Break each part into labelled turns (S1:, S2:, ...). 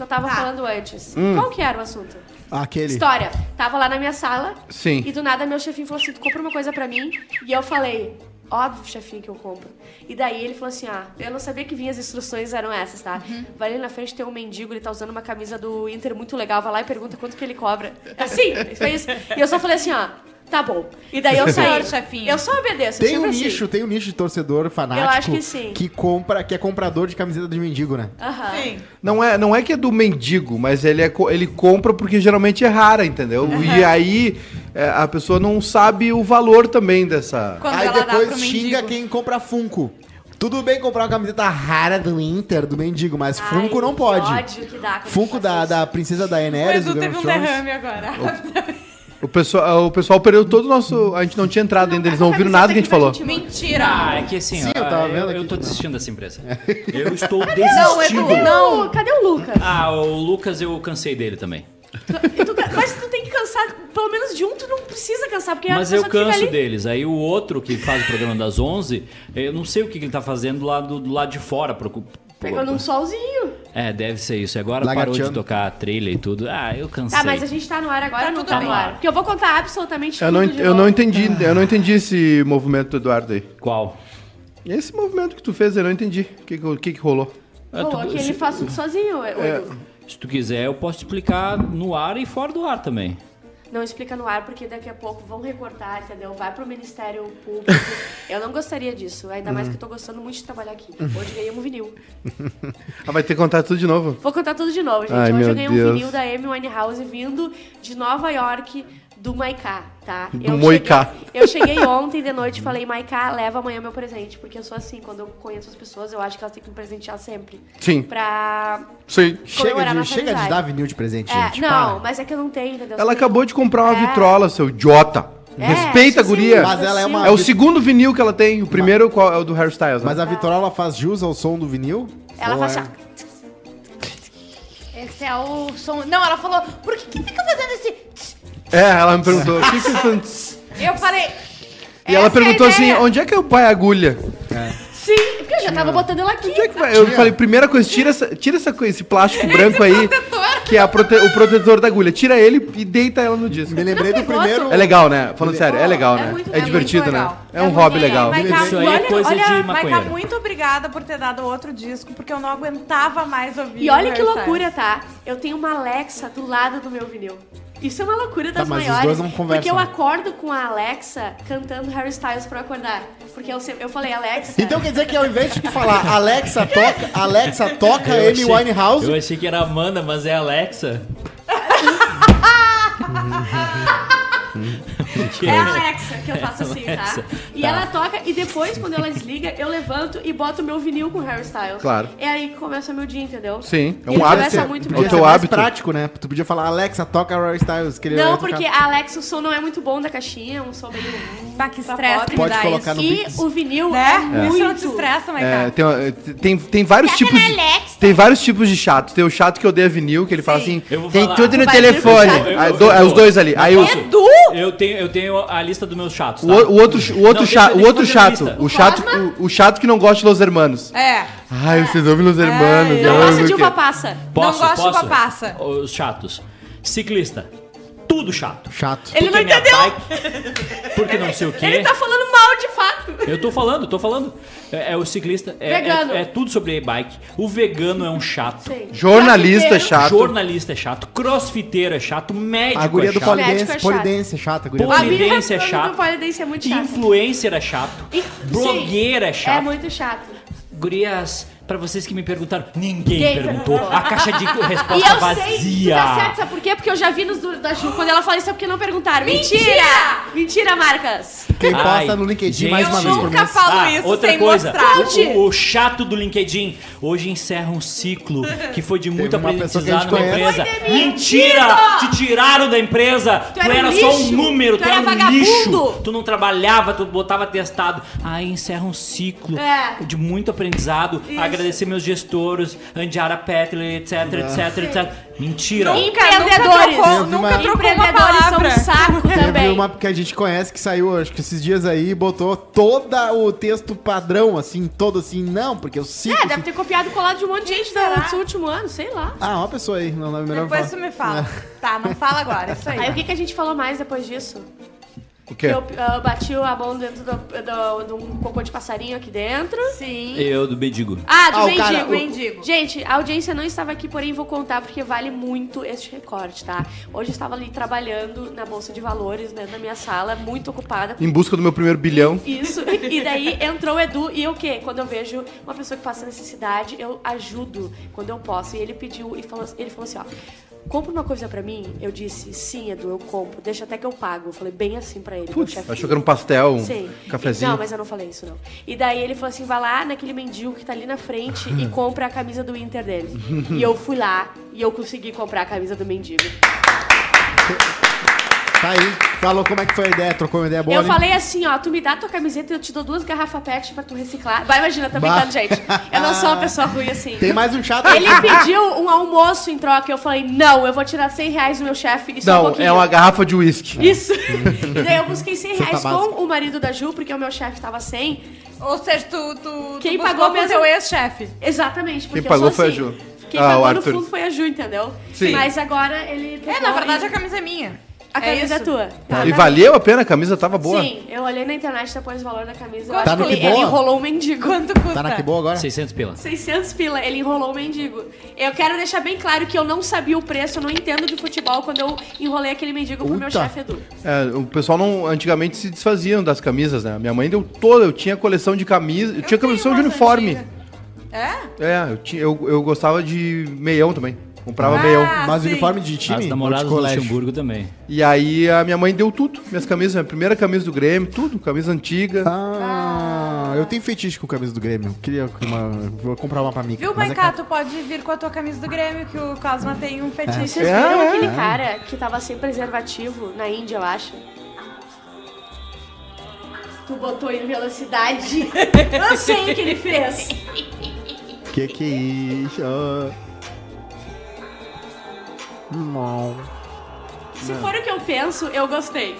S1: eu tava
S2: Tá.
S1: falando antes.
S3: Hum.
S1: Qual que era o assunto?
S3: Aquele.
S1: História. Tava lá na minha sala.
S3: Sim.
S1: E do nada meu chefinho falou assim: tu compra uma coisa pra mim? E eu falei. Óbvio, chefinho, que eu compro. E daí ele falou assim: ah, eu não sabia que vinha as instruções eram essas, tá?
S2: Uhum.
S1: Vai ali na frente, tem um mendigo, ele tá usando uma camisa do Inter muito legal, vai lá e pergunta quanto que ele cobra. Assim, foi isso. E eu só falei assim: ó, tá bom. E daí eu saí.
S2: Senhor chefinho.
S1: Eu só obedeço.
S3: Tem um
S1: sempre assim.
S3: nicho, tem um nicho de torcedor fanático
S1: acho que sim.
S3: que compra, que é comprador de camiseta de mendigo, né?
S1: Aham.
S2: Sim.
S4: Não é, não é que é do mendigo, mas ele, é, co- ele compra porque geralmente é rara, entendeu? E aí é, a pessoa não sabe o valor também dessa.
S2: Quando
S3: Aí
S2: ela dá
S3: depois
S2: pro
S3: xinga
S2: mendigo.
S3: quem compra Funko. Tudo bem comprar uma camiseta rara do Inter, do mendigo, mas
S1: Ai,
S3: Funko não
S1: que
S3: pode.
S1: ódio que dá quando
S3: Funko
S1: faz
S3: da,
S1: isso.
S3: da princesa da
S2: O
S3: Enéas,
S2: Edu teve um derrame agora.
S4: O pessoal, o pessoal perdeu todo o nosso. A gente não tinha entrado ainda, eles não ouviram nada que a gente falou.
S2: Mentira.
S5: Ah, é que assim,
S3: Sim,
S5: ó,
S3: eu tava vendo
S5: eu,
S3: aqui
S5: tô
S3: que não.
S5: desistindo dessa empresa. Eu estou
S2: Não,
S5: desistindo.
S2: Edu, não.
S1: Ô, cadê o Lucas?
S5: Ah, o Lucas eu cansei dele também.
S1: E tu ca- mas tu tem que cansar, pelo menos de um tu não precisa cansar, porque é a
S5: Mas eu
S1: pessoa que fica
S5: canso
S1: ali.
S5: deles. Aí o outro que faz o programa das 11, eu não sei o que, que ele tá fazendo lá do, do lado de fora. Pro,
S1: Pegando um solzinho.
S5: É, deve ser isso. Agora parou de
S3: Lagarteando.
S5: tocar a trilha e tudo. Ah, eu cansei.
S1: Tá, mas a gente tá no ar agora
S2: Tá
S1: ou não
S2: tudo
S1: tá
S2: bem.
S1: no ar? Porque eu vou contar absolutamente
S4: Eu
S1: tudo
S4: não,
S1: de
S4: en- eu
S1: novo.
S4: não entendi, eu não entendi esse movimento do Eduardo aí.
S5: Qual?
S4: Esse movimento que tu fez, eu não entendi. O que, que- que que rolou?
S5: Ah,
S1: Pô,
S5: tu-
S1: aqui ele
S5: se,
S1: faz tudo sozinho.
S4: É.
S1: Edu.
S5: se tu quiser, eu posso te explicar no ar e fora do ar também.
S1: Não explica no ar, porque daqui a pouco vão recortar, entendeu? Vai pro Ministério Público. eu não gostaria disso, ainda mais
S4: Uhum.
S1: que eu tô gostando muito de trabalhar aqui. Hoje ganhei um vinil.
S4: Ah, vai ter que contar tudo de novo.
S1: Vou contar tudo de novo, gente.
S4: Ai,
S1: Hoje
S4: meu
S1: eu ganhei um
S4: Deus.
S1: vinil da Amy Winehouse vindo de Nova York do Maiká, tá?
S4: Do Moicá.
S1: Cheguei, eu cheguei ontem de noite e falei, Maiká, leva amanhã meu presente. Porque eu sou assim, quando eu conheço as pessoas, eu acho que elas têm que me presentear sempre.
S4: Sim.
S1: Pra...
S4: Sim.
S1: Comemorar
S3: Chega de,
S1: nossa
S3: chega de
S1: amizade.
S3: dar vinil de presente,
S1: É,
S3: gente.
S1: não,
S3: para.
S1: mas é que eu não tenho, entendeu?
S4: Ela acabou de comprar uma
S1: É.
S4: vitrola, seu idiota.
S1: É,
S4: Respeita a
S1: sim,
S4: guria.
S3: Mas ela é uma-
S4: É o segundo vinil que ela tem. O primeiro qual- é o do Hairstyles.
S3: Mas a Vitrola faz jus ao som do vinil?
S1: Ela
S3: Ou
S1: faz
S3: é-
S1: assim, ó.
S2: Esse é o som. Não, ela falou, por que, que fica fazendo esse. tss?"
S4: É, ela me perguntou. "O que que você-"
S2: Eu falei.
S4: e ela
S2: "Essa é a
S4: perguntou assim,
S2: ideia."
S4: onde é que eu pai agulha?
S1: Sim, porque eu já tava botando ela aqui.
S4: Onde é que vai? Eu falei, primeira coisa, tira, essa, tira essa, co- esse plástico branco aí,
S2: protetor.
S4: que é a prote- o protetor da agulha. Tira ele e deita ela no disco.
S3: Me lembrei do
S1: Não, foi
S3: primeiro.
S4: É legal, né? Falando sério, é legal,
S1: é
S4: né?
S1: muito-
S4: é,
S1: é
S4: divertido,
S2: muito
S4: né?
S2: legal.
S4: É um
S2: muito
S4: hobby
S2: legal.
S4: legal.
S2: Mas
S1: Maiká,
S5: Isso aí é
S1: olha-
S5: coisa
S1: olha-
S5: de
S2: Maica,
S5: maconheiro.
S2: muito obrigada por ter dado outro disco, porque eu não aguentava mais ouvir.
S1: E olha que
S2: Hairstyles.
S1: loucura, tá? Eu tenho uma Alexa do lado do meu vinil. Isso é uma loucura das
S3: Tá, mas os
S1: maiores.
S3: dois não conversam.
S1: porque eu acordo com a Alexa cantando Harry Styles pra eu acordar. Porque eu, sempre- eu falei, Alexa.
S3: Então quer dizer que ao invés de tu falar Alexa toca, Alexa
S4: Tá
S3: toca
S5: Eu
S3: Amy
S5: achei-
S3: Winehouse,
S5: Eu achei que era Amanda, mas é Alexa. Porque-
S1: É a Alexa que eu faço assim, tá?
S5: Alexa,
S1: E
S5: tá.
S1: ela toca, e depois, quando ela desliga, eu levanto e boto meu vinil com Harry Styles.
S4: Claro.
S1: É aí que começa meu dia, entendeu?
S4: Sim, é
S1: E
S4: um hábito.
S1: Conversa muito
S4: É
S1: bem.
S4: o teu
S3: mais
S4: hábito.
S3: prático, né? Tu podia falar Alexa toca Roy Styles. Que ele
S1: Não,
S3: ia tocar.
S1: porque a Alexa, o som não é muito bom da caixinha, é um som meio.
S2: Bah, Tá, que
S1: pra
S2: Ah, estresse
S1: pobre.
S2: que me
S3: Pode
S2: dá
S3: colocar no
S2: isso.
S1: E
S3: Pix.
S1: o vinil
S2: Né?
S1: é
S2: Isso não te
S1: Tá muito.
S2: estressa,
S4: É,
S2: Maica.
S4: tem, tem, tem vários tipos.
S2: na
S4: de-
S2: Alexa.
S4: tem vários tipos de chato. Tem o chato que odeia vinil, que ele fala assim:
S5: Eu vou
S4: tem
S5: falar.
S4: tudo no
S1: Vai,
S4: telefone.
S1: eu
S5: vou-
S4: Aí
S5: eu
S4: do- aí
S5: vou.
S4: os dois ali. Aí o,
S2: É Edu!
S5: Eu tenho, eu tenho a lista dos meus chatos.
S4: o,
S5: tá?
S4: o outro, o outro,
S5: Não,
S4: cha-
S5: deixa-
S4: o
S5: deixa
S4: outro
S5: eu fazer a
S4: chato.
S5: lista.
S4: O chato, o, o chato que não gosta de Los Hermanos.
S2: É.
S5: Ah,
S4: Ai, vocês ouvem
S1: É.
S4: Los Hermanos.
S2: Ai,
S1: Não
S4: eu
S1: gosta
S4: amo
S1: de
S4: que-
S1: uva passa.
S5: Posso,
S2: Não gosto de
S5: posso?
S2: papaça.
S5: Os chatos. Ciclista. Tudo chato.
S3: Chato.
S2: Ele não
S5: Porque minha
S2: entendeu.
S5: bike- Porque não sei o quê.
S3: É.
S1: Ele tá falando mal de fato.
S5: Eu tô falando, tô falando. É, é o ciclista. É,
S1: Vegano.
S5: É, é tudo sobre bike. O vegano é um chato.
S4: Jornalista
S1: Brasileiro.
S4: chato.
S5: Jornalista é chato. Crossfiteiro é chato. Médico
S3: A guria
S5: é
S3: do
S5: chato.
S1: Médico é
S3: polidense,
S1: chato.
S3: polidense é chata, a guria do
S5: Poli-
S1: Bíblia
S5: Polidense é
S1: falando
S5: chato.
S1: do Polidense é muito chato.
S5: Influencer é chato.
S1: E- sim.
S5: Blogueira é chato.
S1: É muito chato.
S5: Gurias, pra vocês que me perguntaram, ninguém
S1: Ninguém
S5: perguntou.
S1: perguntou.
S5: A caixa de
S1: E
S5: resposta
S1: eu
S5: vazia.
S1: sei que tu tá certo, sabe por quê? Porque eu já vi nos do, da Ju, quando ela fala isso é porque não perguntaram. Mentira! Mentira, Marcas!
S3: Quem
S5: Ai,
S3: posta no LinkedIn mais uma
S5: gente,
S3: vez por
S2: nunca
S3: mês.
S2: fa- falo isso sem mostrar.
S5: Ah, O, o- o chato do LinkedIn. Hoje encerra um ciclo que foi de muito
S3: uma pessoa que a
S5: aprendizado
S3: gente
S5: numa
S3: conhece.
S5: empresa. Mentira! Te tiraram da empresa. Tu,
S1: era
S5: era,
S1: um
S5: só um
S1: lixo.
S5: número, tu,
S1: Tu
S5: era,
S1: era
S5: um
S1: vagabundo.
S5: lixo. Tu não trabalhava, tu botava testado. Aí encerra um ciclo
S1: É.
S5: de muito aprendizado. Agradecer meus gestores, Andiara Petler, etc, etc, etc. Mentira.
S2: Nunca, nunca,
S1: Empreendedores.
S3: nunca
S2: trocou-
S3: Eu vi uma-
S2: trocou uma
S1: Empreendedores são um
S2: palavra.
S1: saco
S3: Teve
S1: também.
S3: uma que a gente conhece que saiu, acho que esses dias aí, e botou todo o texto padrão, assim, todo assim, não, porque eu sinto.
S1: É, deve ter copiado e colado de um monte de gente
S2: Será?
S1: do seu último ano, sei lá.
S3: Ah, uma pessoa aí, não, não é melhor
S2: Depois
S3: falar.
S2: tu me fala. Tá, não fala agora, isso aí.
S1: Aí o que, que a gente falou mais depois disso?
S4: O quê?
S1: Que eu, eu bati a mão dentro do, do, de um cocô de passarinho aqui dentro.
S2: Sim.
S5: Eu do Bedigo.
S1: Ah, do
S3: Ah, o
S1: mendigo.
S3: cara- o-
S2: mendigo.
S1: Gente, a audiência não estava aqui, porém vou contar porque vale muito este recorte, tá? Hoje eu estava ali trabalhando na Bolsa de Valores, né, na minha sala, muito ocupada.
S4: Em busca do meu primeiro bilhão.
S1: Isso. E daí entrou o Edu e eu o quê? Quando eu vejo uma pessoa que passa necessidade, eu ajudo quando eu posso. E ele pediu e falou, ele falou assim, ó. Compra uma coisa pra mim? Eu disse, sim, Edu, eu compro. Deixa até que eu pago. Eu falei bem assim pra ele. meu
S4: Putz,
S1: chefinho.
S4: achou que era um pastel, um
S1: Sim.
S4: cafezinho.
S1: Não, mas eu não falei isso, não. E daí ele falou assim: vai lá naquele mendigo que tá ali na frente e compra a camisa do Inter dele. e eu fui lá e eu consegui comprar a camisa do mendigo.
S3: Tá aí, falou como é que foi a ideia, trocou uma ideia boa. né?
S1: eu
S3: ali.
S1: falei assim: ó, tu me dá tua camiseta e eu te dou duas garrafas pet pra tu reciclar. Vai, imagina, tô brincando,
S3: Bah.
S1: gente. Eu não sou uma pessoa ruim assim.
S3: Tem mais um chato
S1: Ele pediu um almoço em troca e eu falei: não, eu vou tirar 100 reais do meu chefe e só um
S4: Não,
S1: pouquinho.
S4: é uma garrafa de uísque.
S1: Isso. e daí eu busquei 100
S3: Cesta
S1: reais
S3: básica.
S1: com o marido da Ju, porque o meu chefe tava sem.
S2: Ou seja, tu, tu,
S1: Quem
S2: tu
S1: pagou
S2: buscou com
S1: mesmo?
S2: teu ex-chefe.
S1: Exatamente, porque
S4: pagou
S1: eu sou
S4: foi a
S1: assim.
S4: Ju.
S1: Quem
S4: Ah,
S1: pagou
S4: o
S1: no
S4: Arthur.
S1: fundo foi a Ju, entendeu?
S4: Sim.
S1: Mas agora ele.
S2: É, na verdade a camisa é minha.
S1: Então, a camisa é,
S2: isso.
S1: tua.
S4: Tá, E valeu a pena, a camisa tava boa.
S1: Sim, eu olhei na internet depois o valor da camisa. eu
S2: Tá
S3: no
S1: acho que
S3: que
S1: ele, ele
S3: boa?
S1: enrolou um mendigo.
S2: Quanto custa?
S3: Tá na que boa agora?
S5: 600 pila.
S1: 600 pila, ele enrolou o mendigo. Eu quero deixar bem claro que eu não sabia o preço, eu não entendo de futebol quando eu enrolei aquele mendigo pro meu
S3: Puta.
S1: chefe Edu.
S4: É, o pessoal não antigamente se desfaziam das camisas, né? Minha mãe deu toda, eu tinha coleção de camisas, eu, tinha
S2: tenho
S4: coleção de
S2: umas
S4: uniforme.
S2: antigas. É?
S4: É, eu, tinha, eu, eu gostava de meião também. Comprava
S2: Ah.
S4: meião.
S3: Mas
S2: sim.
S3: uniforme de time? ou
S5: As
S3: de
S5: namoradas do
S3: colégio?
S5: Luxemburgo também.
S4: E aí a minha mãe deu tudo, minhas camisas, minha primeira camisa do Grêmio, tudo, camisa antiga.
S3: Ah, eu tenho fetiche com camisa do Grêmio. Queria uma, vou comprar uma pra mim.
S2: Viu,
S3: mas é
S2: Maiká?
S3: caro.
S2: Tu pode vir com a tua camisa do Grêmio, que o Cosma tem um fetiche.
S1: Vocês
S4: É,
S1: viram
S4: é,
S1: aquele
S4: é.
S1: cara que tava sem preservativo na Índia, eu acho? Tu botou em velocidade. Eu sei o que ele fez.
S3: Que que é isso? Não. É.
S1: Se for o que eu penso, eu gostei.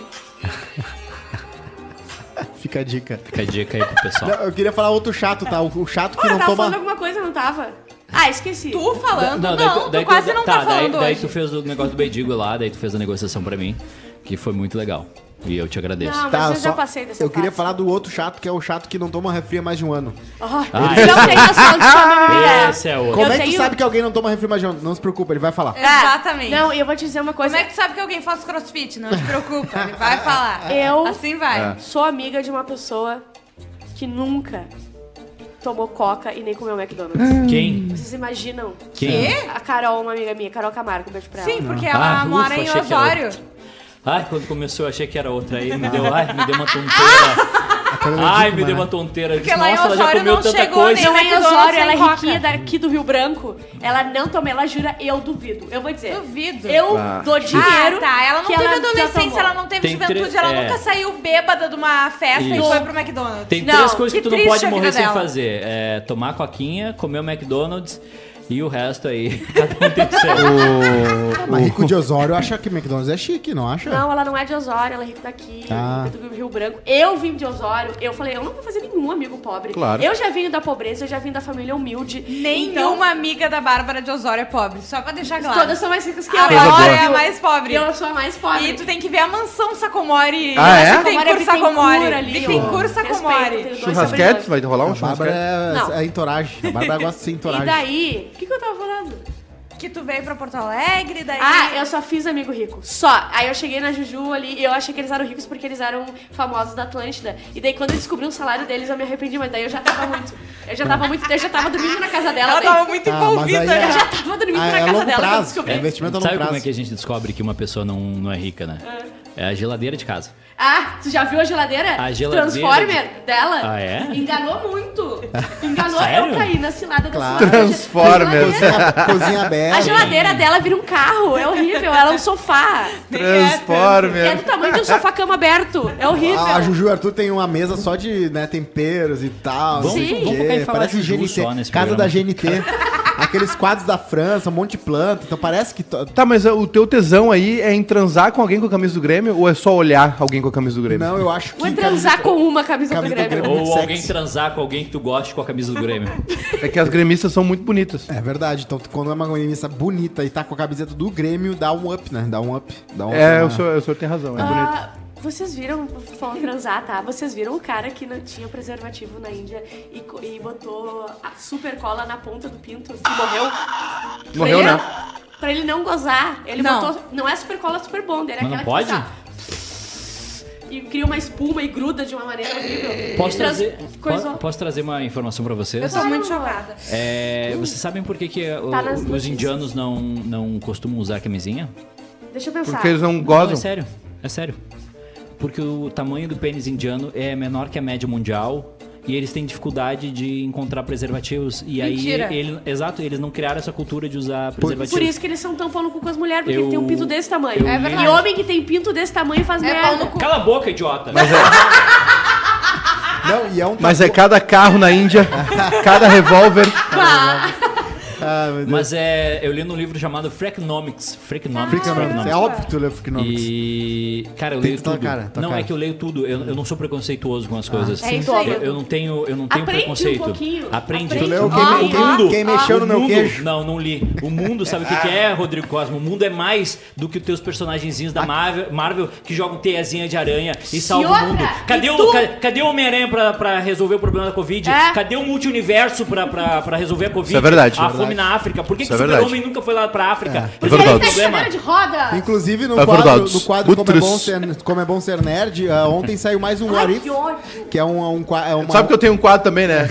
S3: Fica a dica.
S5: Fica a dica aí pro pessoal.
S3: Não, eu queria falar outro chato, tá? O o chato que
S1: Pô, eu
S3: não
S1: tava
S3: toma.
S1: falando alguma coisa, não tava? Ah, esqueci.
S2: Tu falando? Não, tu quase não tá,
S5: daí,
S2: falando
S5: daí
S2: hoje.
S5: tu fez o negócio do Bedigo lá, daí tu fez a negociação pra mim, que foi muito legal. E eu te agradeço.
S1: Não, mas
S3: Tá,
S1: eu já
S3: só-
S1: passei dessa
S3: Eu queria
S1: fase.
S3: falar do outro chato, que é o chato que não toma refri há mais de um ano.
S1: Oh,
S5: Ah,
S1: ele não tem noção de sobrenome.
S5: Esse é outro.
S3: Como é que tu
S1: tenho- É.
S3: sabe que alguém não toma refri há mais de um ano? Não se preocupa, ele vai falar.
S2: É, Exatamente.
S1: Tá. Não, eu vou te dizer uma coisa.
S2: Como é que tu sabe que alguém faz crossfit? Não te preocupa, ele vai falar.
S1: Eu-
S2: Assim
S5: É.
S2: vai.
S1: Sou amiga de uma pessoa que nunca tomou coca e nem comeu
S3: Hum.
S1: McDonald's.
S5: Quem?
S1: Vocês imaginam?
S5: Quem?
S2: Quê?
S1: A Carol, uma amiga minha, Carol Camargo, um beijo pra ela.
S2: Sim, porque ela
S5: Ah,
S2: mora
S5: ufa,
S2: em
S5: achei que era
S2: Osório.
S5: Ai, quando começou eu achei que era outra. Aí me deu, ai, me deu uma tonteira.
S2: é
S5: Ai, me deu uma tonteira. Eu
S2: Porque
S5: disse,
S2: lá em
S5: nossa, ela já
S2: né? Osório
S5: comeu
S2: não
S5: tanta
S2: chegou
S5: coisa.
S1: Não é em
S2: McDonald's
S1: Osório,
S2: sem
S1: ela é
S2: coca.
S1: riquinha daqui do Rio Branco. Ela não toma, ela jura, eu duvido. Eu vou dizer.
S2: Duvido.
S1: Eu
S4: Ah.
S1: dou dinheiro.
S2: Ah, tá. Ela não
S1: que
S2: teve
S1: já tomou.
S2: adolescência, ela não teve
S5: Tem
S2: juventude,
S5: tre-
S2: ela
S5: é.
S2: nunca saiu bêbada de uma festa
S5: Isso.
S2: e foi pro McDonald's.
S5: Tem
S2: Não,
S5: três coisas que, tu não
S2: triste
S5: pode
S2: a vida
S5: morrer sem
S2: dela.
S5: fazer. É tomar coquinha, comer o McDonald's e o resto aí. Cada um tem o seu.
S3: Mas rico de Osório acha que McDonald's é chique, não acha?
S1: Não, ela não é de Osório, ela é rica daqui,
S3: Ah.
S1: rica do Rio Branco. Eu vim de Osório, eu falei, eu não vou fazer nenhum amigo pobre.
S4: Claro.
S1: Eu já venho da pobreza, eu já vim da família humilde.
S2: Nenhuma amiga da Bárbara de Osório é pobre, só pra deixar
S1: Então,
S2: claro.
S1: todas são mais ricas que
S2: A
S1: eu.
S2: Bárbara
S1: óbvio.
S2: é a mais pobre.
S1: Eu sou a mais pobre.
S2: E tu tem que ver a mansão Sacomori.
S4: Ah, é?
S1: Sacomori
S2: Bittencourt
S1: é Bittencourt
S2: Sacomori.
S1: ali,
S2: Bittencourt
S1: ó.
S2: Sacomori.
S1: Respeito, tenho dois
S4: Churrasquete?
S1: sobrenomes.
S4: Vai rolar um
S3: A Bárbara
S4: churrasquete?
S3: é,
S1: Não.
S3: é entoragem. A Bárbara gosta de ser entoragem.
S1: E daí, o que, que eu tava falando?
S2: Que tu veio pra Porto Alegre, daí...
S1: Ah, eu só fiz amigo rico. Só. Aí eu cheguei na Juju ali e eu achei que eles eram ricos porque eles eram famosos da Atlântida. E daí quando eu descobri o salário deles, eu me arrependi, mas daí eu já tava muito. Eu já tava muito. Eu já tava dormindo na casa dela.
S2: Ela
S1: daí.
S2: tava muito
S3: Ah, mas
S2: envolvida.
S3: aí é-
S1: Eu
S2: né?
S1: já tava dormindo
S3: Ah,
S1: na
S3: é
S1: casa
S3: longo
S1: dela quando eu
S3: prazo.
S1: descobri.
S3: É investimento a longo
S5: Sabe
S3: prazo.
S5: como é que a gente descobre que uma pessoa não, não é rica, né? É a geladeira de casa.
S1: Ah, tu já viu a geladeira?
S5: A geladeira
S1: Transformer dela?
S5: Ah, é?
S1: Enganou muito. Enganou
S5: Sério?
S1: eu caí na cilada
S3: Claro.
S1: da cilada.
S4: Transformers.
S1: né?
S3: Cozinha, é cozinha aberta.
S1: A geladeira dela vira um carro, é horrível. Ela é um sofá. É do
S4: Transformer.
S1: tamanho de um sofá cama aberto. É horrível.
S3: Ah, A Juju e o Arthur tem uma mesa só de né, temperos e tal.
S5: Vamos-
S3: não sei o
S5: vamos
S3: quê.
S5: focar em falar
S3: Parece
S5: de Juju
S3: GNT.
S5: só nesse
S3: Casa
S5: programa.
S3: da GNT. Aqueles quadros da França, um monte de planta. Então parece que. to-
S4: Tá, mas é, o teu tesão aí é em transar com alguém com a camisa do Grêmio ou é só olhar alguém com a camisa do Grêmio?
S3: Não, eu acho que.
S1: Vou transar com uma camisa do
S3: camisa do
S1: Grêmio.
S3: Grêmio.
S5: Ou
S3: muito
S5: alguém
S3: sexy.
S5: transar com alguém que tu goste com a camisa do Grêmio.
S4: É que as gremistas são muito bonitas.
S3: É verdade, então quando é uma gremista bonita e tá com a camiseta do Grêmio, dá um up, né? Dá um up. Dá um up
S4: É,
S3: na-
S4: o senhor, o senhor tem razão, é bonito.
S1: Ah, vocês viram, falando transar, tá? Vocês viram o cara que não tinha preservativo na Índia e, co- e botou a super cola na ponta do pinto e morreu?
S4: Morreu,
S1: pra ele,
S4: né?
S1: Pra ele não gozar, ele
S2: Não.
S1: botou. Não é super cola, é super bonder, é
S5: Mas não
S1: aquela
S5: pode?
S1: que faz a- E cria uma espuma e gruda de uma maneira horrível.
S5: Posso
S1: Trans-
S5: trazer,
S1: Coisou.
S5: po- posso trazer uma informação pra vocês?
S2: Eu tô muito chocada.
S5: É, vocês sabem por que, que o-
S1: Tá nas
S5: os
S1: notícias.
S5: indianos não, não costumam usar camisinha?
S1: Deixa eu pensar.
S4: Porque eles não
S5: Não, é
S4: gozam.
S5: sério, é sério. Porque o tamanho do pênis indiano é menor que a média mundial e eles têm dificuldade de encontrar preservativos. E
S2: Mentira.
S5: aí, ele- exato, eles não criaram essa cultura de usar preservativos.
S1: Por isso que eles são tão pau no cu com as mulheres, porque
S5: Eu-
S1: tem um pinto desse tamanho.
S5: eu- É
S2: verdade.
S1: E homem que tem pinto desse tamanho faz
S2: É
S1: merda.
S2: pau no cu.
S5: Cala a boca, idiota!
S3: é, Não, e é um
S4: Mas é cada carro na Índia, cada revólver.
S3: Tá Ah, meu Deus.
S5: Mas é, eu li num livro chamado Freakonomics. Freakonomics.
S3: Freakonomics. É óbvio que tu lê Freakonomics.
S5: E. Cara, eu
S3: Tem
S5: leio
S3: que tua
S5: tudo.
S3: cara, Ah. tua
S5: não,
S3: cara.
S5: é que eu leio tudo. Eu, eu não sou preconceituoso com as coisas.
S1: É sim, isso aí.
S5: Eu, eu não tenho, eu não tenho
S1: Aprende um
S5: preconceito.
S1: pouquinho. Aprende.
S5: Aprendi.
S1: Ah, tá.
S3: Tu leu
S5: O
S3: quem,
S1: Ó,
S3: quem-
S1: ó,
S3: quem mexeu no meu
S5: mundo-
S3: queijo? Ah.
S5: Não, não li. O mundo, sabe o que, que é, Rodrigo Cosmo? O mundo é mais do que os teus personagenzinhos
S3: Ah.
S5: da Marvel, Marvel que jogam teiazinha de aranha e salvam
S1: outra,
S5: o mundo. Cadê
S1: e
S5: o,
S1: tu?
S5: ca- cadê o Homem-Aranha pra, pra resolver o problema da Covid?
S1: É.
S5: Cadê o multiverso pra, pra, pra resolver a Covid?
S4: Isso é verdade, é
S5: A
S4: verdade.
S5: fome na África. Por que,
S4: Isso
S5: que o
S4: é verdade. É
S5: super-homem nunca foi lá pra
S3: É.
S5: África?
S1: Porque
S4: verdade.
S1: ele tá em cadeira de roda.
S3: Inclusive, no
S4: É
S3: quadro,
S4: verdade.
S3: no quadro Como é,
S4: Butres.
S3: bom ser, Como é Bom Ser Nerd, ah, ontem saiu mais um
S1: Ai,
S3: What If,
S1: que ódio.
S3: que é um... um, qua- é uma,
S4: Sabe que eu tenho um quadro também, né?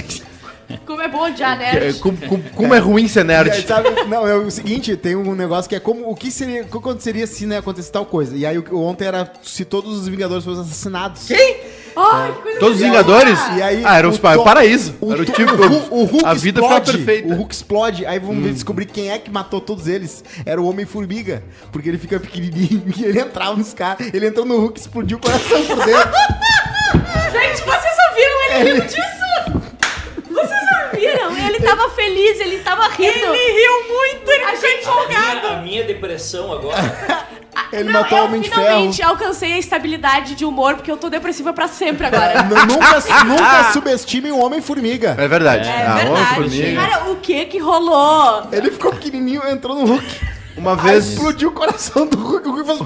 S1: Como é bom odiar, né?
S4: É, com- com- como é ruim ser
S3: É,
S4: nerd.
S3: sabe- não, é o seguinte, tem um negócio que é como o que seria, o que aconteceria se né, acontecesse tal coisa. E aí o- ontem era se todos os Vingadores fossem assassinados. Quem?
S1: Ai, que coisa
S4: Todos os
S1: linda.
S4: Vingadores?
S3: é? E aí,
S4: ah, era o,
S3: o
S4: spa-
S3: Thor-
S4: paraíso.
S3: O,
S4: era o
S3: Tu-
S4: tipo.
S3: o Hu- o Hulk
S4: a vida
S3: explode,
S4: ficava perfeita. Hum.
S3: O Hulk explode, aí vamos descobrir quem é que matou todos eles. Era o Homem-Formiga, porque ele fica pequenininho e ele entrava nos caras. Ele entrou no Hulk, explodiu o coração por dentro.
S1: Gente, vocês ouviram ele rindo disso? Vocês ouviram? Ele tava feliz, ele tava rindo. Ele riu muito, ele a gente
S5: Minha- a minha depressão agora.
S3: Ele matou o
S1: eu
S3: Homem de Ferro.
S1: finalmente alcancei a estabilidade de humor, porque eu tô depressiva pra sempre agora.
S3: N- nunca, nunca subestimem o Homem-Formiga.
S4: É verdade.
S2: É
S4: Ah,
S2: verdade,
S4: Homem-Formiga.
S1: Cara, o que que rolou?
S3: Ele ficou pequenininho, entrou no Hulk.
S4: Uma
S3: Aí
S4: vez,
S3: explodiu o coração do Hulk. O Hulk faz...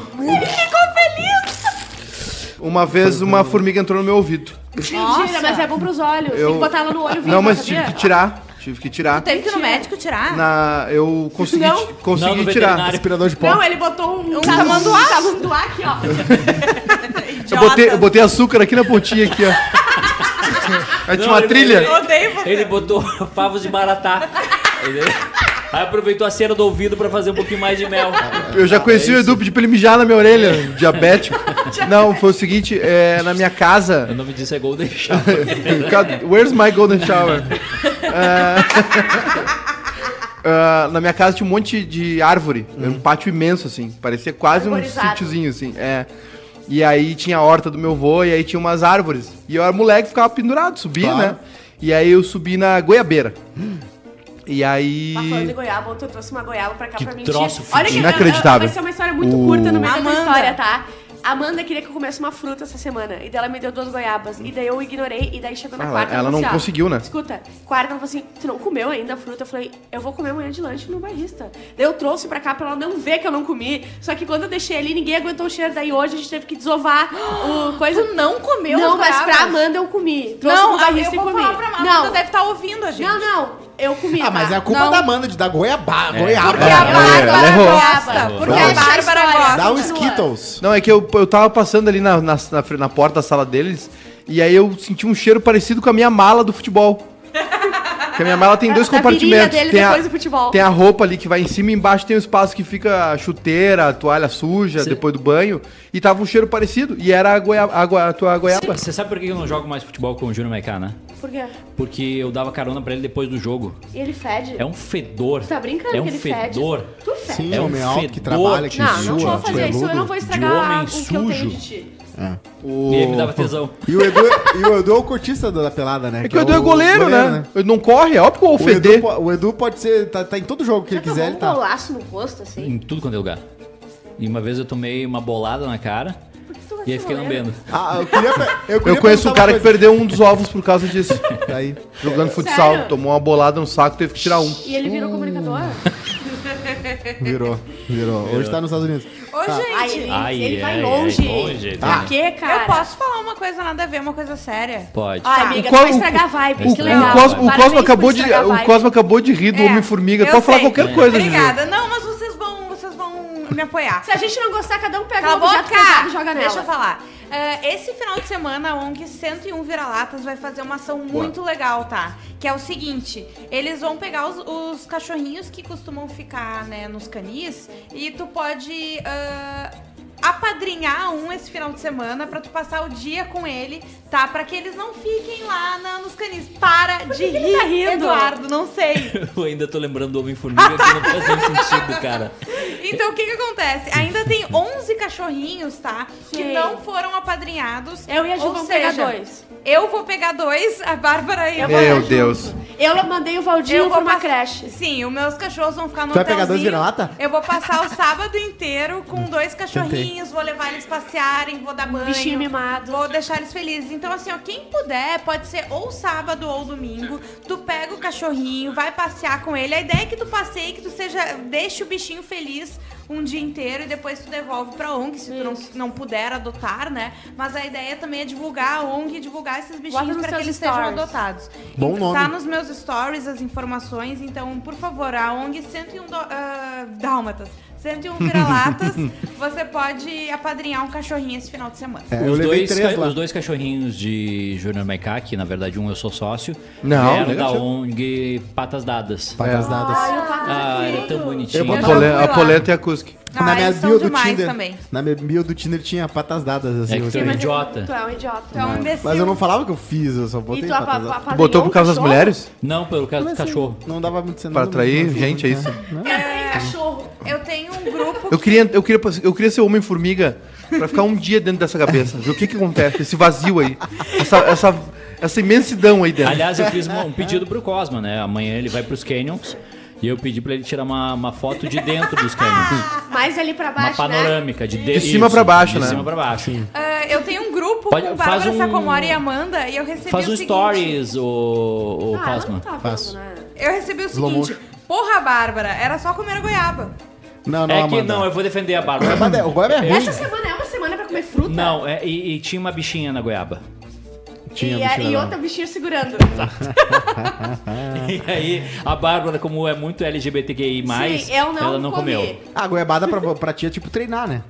S4: uma vez uma formiga entrou no meu ouvido.
S1: Mentira, mas é bom pros olhos.
S4: Eu-
S1: Tem que botar ela no olho vivo,
S4: Não, mas
S1: sabia?
S4: tive que tirar. Tive que tirar.
S2: Teve que ir no médico tirar?
S4: Na, eu consegui,
S1: Não.
S5: Não,
S4: consegui
S5: no
S4: tirar.
S5: veterinário.
S3: Aspirador de pó.
S1: Não, ele botou um, um
S2: tamanduá.
S1: Um tamanduá aqui, ó.
S4: Eu botei, eu botei açúcar aqui na pontinha, aqui, ó. Aí tinha
S5: Não, é
S4: uma
S5: ele-
S4: trilha.
S5: ele-
S2: Odeio você.
S5: Ele botou favos de baratá. Entendeu? Aí aproveitou a cera do ouvido pra fazer um pouquinho mais de mel.
S4: Eu já conheci
S5: É
S4: o Edu, pedi pra ele mijar na minha orelha, diabético. Não, foi o seguinte, é, na minha casa...
S5: O nome disso é Golden Shower.
S4: God- Where's my golden shower? Ah, ah, na minha casa tinha um monte de árvore, era um pátio imenso, assim, parecia quase um
S1: Arborizado.
S4: sítiozinho, assim, é. E aí tinha a horta do meu avô, e aí tinha umas árvores. E eu era moleque, ficava pendurado, subia,
S3: Claro.
S4: né? E aí eu subi na goiabeira. E aí...
S1: Tá falando de goiaba, ontem eu trouxe uma goiaba pra cá
S5: Que
S1: pra mentir.
S5: troço
S1: Olha que
S4: Inacreditável.
S1: Vai ser uma história muito
S4: O-
S1: curta no meio da
S2: Amanda.
S1: história, tá? Amanda queria que eu comesse uma fruta essa semana. E daí ela me deu duas goiabas. E daí eu ignorei. E daí chegou na
S4: Ah,
S1: quarta.
S4: ela
S1: falou
S4: não
S1: assim, ó,
S4: conseguiu, né?
S1: Escuta, quarta ela falou assim: Tu não comeu ainda a fruta? Eu falei: Eu vou comer amanhã de lanche no barista. Daí eu trouxe pra cá pra ela não ver que eu não comi. Só que quando eu deixei ali, ninguém aguentou o cheiro. Daí hoje a gente teve que desovar o coisa.
S2: Tu não comeu
S1: Não,
S2: as
S1: mas
S2: goiabas?
S1: pra Amanda eu comi. Trouxe
S2: Não,
S1: pro
S2: aí eu
S1: barista e
S2: vou
S1: comi.
S2: falar pra Amanda,
S1: não,
S2: deve estar ouvindo a gente.
S4: É,
S1: não, não. Eu comi.
S3: Ah, mas
S1: tá?
S3: é a culpa
S2: Não.
S3: da Amanda de dar goiaba.
S5: É.
S3: Goiaba. né?
S2: Porque a
S4: É, ela
S2: Bárbara
S4: errou.
S2: gosta. Porque a
S4: Errou.
S2: Bárbara gosta.
S4: um
S3: Dá o
S1: continua.
S3: Skittles.
S4: Não, é que eu, eu tava passando ali na, na, na fre- na porta da sala deles e aí eu senti um cheiro parecido com a minha mala do futebol. Porque a minha mala tem dois
S1: Da virilha
S4: compartimentos.
S1: dele
S4: tem,
S1: depois
S4: a,
S1: do futebol.
S4: tem a roupa ali que vai em cima e embaixo tem o espaço que fica a chuteira, a toalha suja,
S5: Cê-
S4: depois do banho. E tava um cheiro parecido. E era a, goiaba, a, goi- a tua goiaba.
S5: Você sabe por que eu não jogo mais futebol com o Júnior Maiká, né?
S1: Por quê?
S5: Porque eu dava carona pra ele depois do jogo.
S1: E ele fede.
S5: É um fedor.
S1: Tu tá brincando
S5: é um
S1: que ele
S5: fedor.
S1: fede? Tu fede.
S3: Sim,
S5: É um
S3: homem alto que
S5: fedor
S3: trabalha, que
S1: Não, não
S3: sua,
S1: vou fazer isso, eu não vou
S5: de homem
S1: estragar o que eu tenho
S5: sujo.
S1: de ti.
S3: É.
S4: O...
S5: E aí me dava tesão.
S3: E o Edu, e o Edu é o cotista da pelada, né?
S4: É que o Edu é goleiro, né? Ele não corre, é óbvio que eu vou
S3: O Edu,
S4: ofender.
S3: po- o Edu pode ser. Tá, tá em todo jogo que ele quiser, ele
S1: um
S3: tá.
S1: bolaço no rosto, assim.
S5: Em tudo quanto é lugar. E uma vez eu tomei uma bolada na cara
S1: tu vai
S5: e aí
S1: ser
S5: fiquei
S1: goleiro?
S5: lambendo.
S3: Ah, eu queria. pe- queria
S4: Eu conheço
S3: perguntar
S4: um cara
S3: uma
S4: que
S3: coisa.
S4: perdeu um dos ovos por causa disso. Tá aí, jogando futsal,
S1: Sério?
S4: tomou uma bolada no saco, teve que tirar um.
S1: E ele virou comunicador?
S3: Virou, virou. Hoje tá nos Estados Unidos.
S2: Ô,
S1: Ai,
S2: gente,
S1: ele,
S5: Ai,
S1: ele vai
S5: ai,
S1: longe.
S5: ai, longe,
S1: Por
S5: né?
S1: quê, cara?
S2: eu posso falar uma coisa nada a ver, uma coisa séria?
S5: Pode.
S1: Ai,
S2: Tá.
S1: amiga,
S4: O
S1: tu vai
S4: co-
S1: estragar a vibe.
S5: o
S1: que
S5: co-
S1: legal.
S4: o Cosmo, o
S1: Parabéns
S4: Cosmo
S1: por
S4: acabou de,
S1: estragar a
S4: o
S1: vibe.
S4: Cosmo acabou de rir do
S2: É,
S4: Homem-Formiga.
S2: eu
S4: Pode falar
S2: sei.
S4: qualquer coisa, Juju.
S2: Obrigada. Não, mas vocês vão, vocês vão me apoiar.
S1: Se a gente não gostar, cada um pega
S2: Cala a
S1: um objeto pesado
S2: boca!
S1: e joga nela.
S2: Deixa eu falar. Ah, esse final de semana, a ONG 101 Vira-Latas vai fazer uma ação muito legal, tá? Que é o seguinte: eles vão pegar os, os cachorrinhos que costumam ficar né, nos canis e tu pode. ah, apadrinhar um esse final de semana pra tu passar o dia com ele, tá? Pra que eles não fiquem lá na- nos canis. Para de
S1: ele tá
S2: rir,
S1: rindo?
S2: Eduardo, não sei.
S5: Eu ainda tô lembrando do Homem-Formiga que não faz nenhum sentido, cara.
S2: Então o que que acontece? Ainda tem 11 cachorrinhos, tá? Que
S1: Sim.
S2: não foram apadrinhados.
S1: Eu e a Ju
S2: Ou
S1: vamos
S2: seja,
S1: pegar dois.
S2: Eu vou pegar dois, a Bárbara e eu vou
S4: Meu Deus.
S1: Eu mandei o Valdinho
S2: eu
S1: pra
S2: vou
S1: uma
S2: pass-
S1: creche.
S2: Sim, os meus cachorros vão ficar no
S3: Tu vai pegar dois
S2: hotelzinho.
S3: vira-lata? Hum,
S2: Eu vou passar o sábado inteiro com dois cachorrinhos, vou levar eles passearem, vou dar banho.
S1: Um Bichinho mimado.
S2: Vou deixar eles felizes. Então, assim, ó, quem puder, pode ser ou sábado ou domingo. Tu pega o cachorrinho, vai passear com ele. A ideia é que tu passeie, que tu seja. Deixe o bichinho feliz um dia inteiro e depois tu devolve pra ONG, se tu não, não puder adotar, né? Mas a ideia também é divulgar a ONG, divulgar esses bichinhos
S1: nos
S2: pra que
S1: teus
S2: eles sejam
S1: stories.
S2: adotados.
S3: Bom
S2: Então, Tá
S3: nome.
S2: nos meus stories as informações, então, por favor, a ONG 101 dó- ah, Dálmatas. 101 vira-latas, você pode apadrinhar um cachorrinho esse final de semana.
S3: É, eu
S5: os,
S3: levei
S5: dois
S3: três
S5: ca-
S3: lá.
S5: os dois cachorrinhos de Júnior Maiká, que na verdade um eu sou sócio,
S4: Não,
S5: eram da
S4: negativo.
S5: ONG Patas Dadas.
S3: Patas
S1: Ai,
S3: dadas.
S1: o pato
S5: Ah,
S1: tá
S5: era tão
S1: feio.
S5: bonitinho.
S4: Eu boto
S2: já
S4: a pole-
S2: fui
S4: a
S2: lá.
S4: é polenta e a Cusque.
S2: Ah, eles são demais também.
S3: Na minha bio do Tinder tinha patas dadas, assim.
S5: É que
S3: eu
S5: tu é um
S3: também.
S5: idiota.
S1: Tu é um idiota.
S2: Tu é um imbecil.
S3: Mas eu não falava que eu fiz, eu só
S1: E
S3: botei
S1: tu
S3: patas
S1: apa-
S3: dadas.
S1: apadrinhou
S4: Botou por causa
S1: um
S4: das
S1: cachorro?
S4: mulheres?
S5: Não, pelo caso
S1: assim?
S5: do cachorro.
S3: Não dava muito sentido.
S4: Pra atrair gente, é
S3: né?
S4: isso?
S1: É, cachorro.
S2: Eu tenho um grupo
S4: Eu queria, eu queria, eu queria ser Homem-Formiga pra ficar um dia dentro dessa cabeça. Ver o que que acontece, esse vazio aí. Essa, essa, essa imensidão aí dentro.
S5: Aliás, eu fiz uma- um pedido pro Cosma, né? Amanhã ele vai pros Canyons e eu pedi pra ele tirar uma, uma foto de dentro dos Canyons.
S1: Mais ali pra
S5: Uma
S1: Ah, baixo, né?
S5: panorâmica, de,
S4: De cima pra baixo,
S5: de
S4: né?
S5: De cima pra baixo.
S2: Ah, eu tenho um grupo
S5: Pode-
S2: com
S5: faz
S2: Bárbara
S5: um-
S2: Sacomori e Amanda e eu recebi
S5: Faz
S2: o
S5: um
S2: seguinte.
S5: stories, o, o
S1: Ah,
S5: Cosma.
S1: não tá vendo,
S3: Faço.
S1: né?
S2: Eu recebi o
S3: Slow
S2: seguinte. Porra, Bárbara, era só comer a goiaba.
S3: Não, não,
S5: É que
S3: Amanda.
S5: não, eu vou defender a Bárbara.
S3: Amanda, o Goiaba é ruim.
S1: Essa semana é uma semana pra comer fruta?
S5: Não, é- e, e tinha uma bichinha na goiaba.
S3: Tinha
S1: e,
S3: bicho
S1: é- e
S3: legal.
S1: outra bichinha segurando.
S5: E aí, a Bárbara, como é muito LGBTQI,
S1: Sim, eu não
S5: ela não
S1: comi.
S5: comeu.
S3: Ah, goiabada pra, pra ti é tipo treinar, né?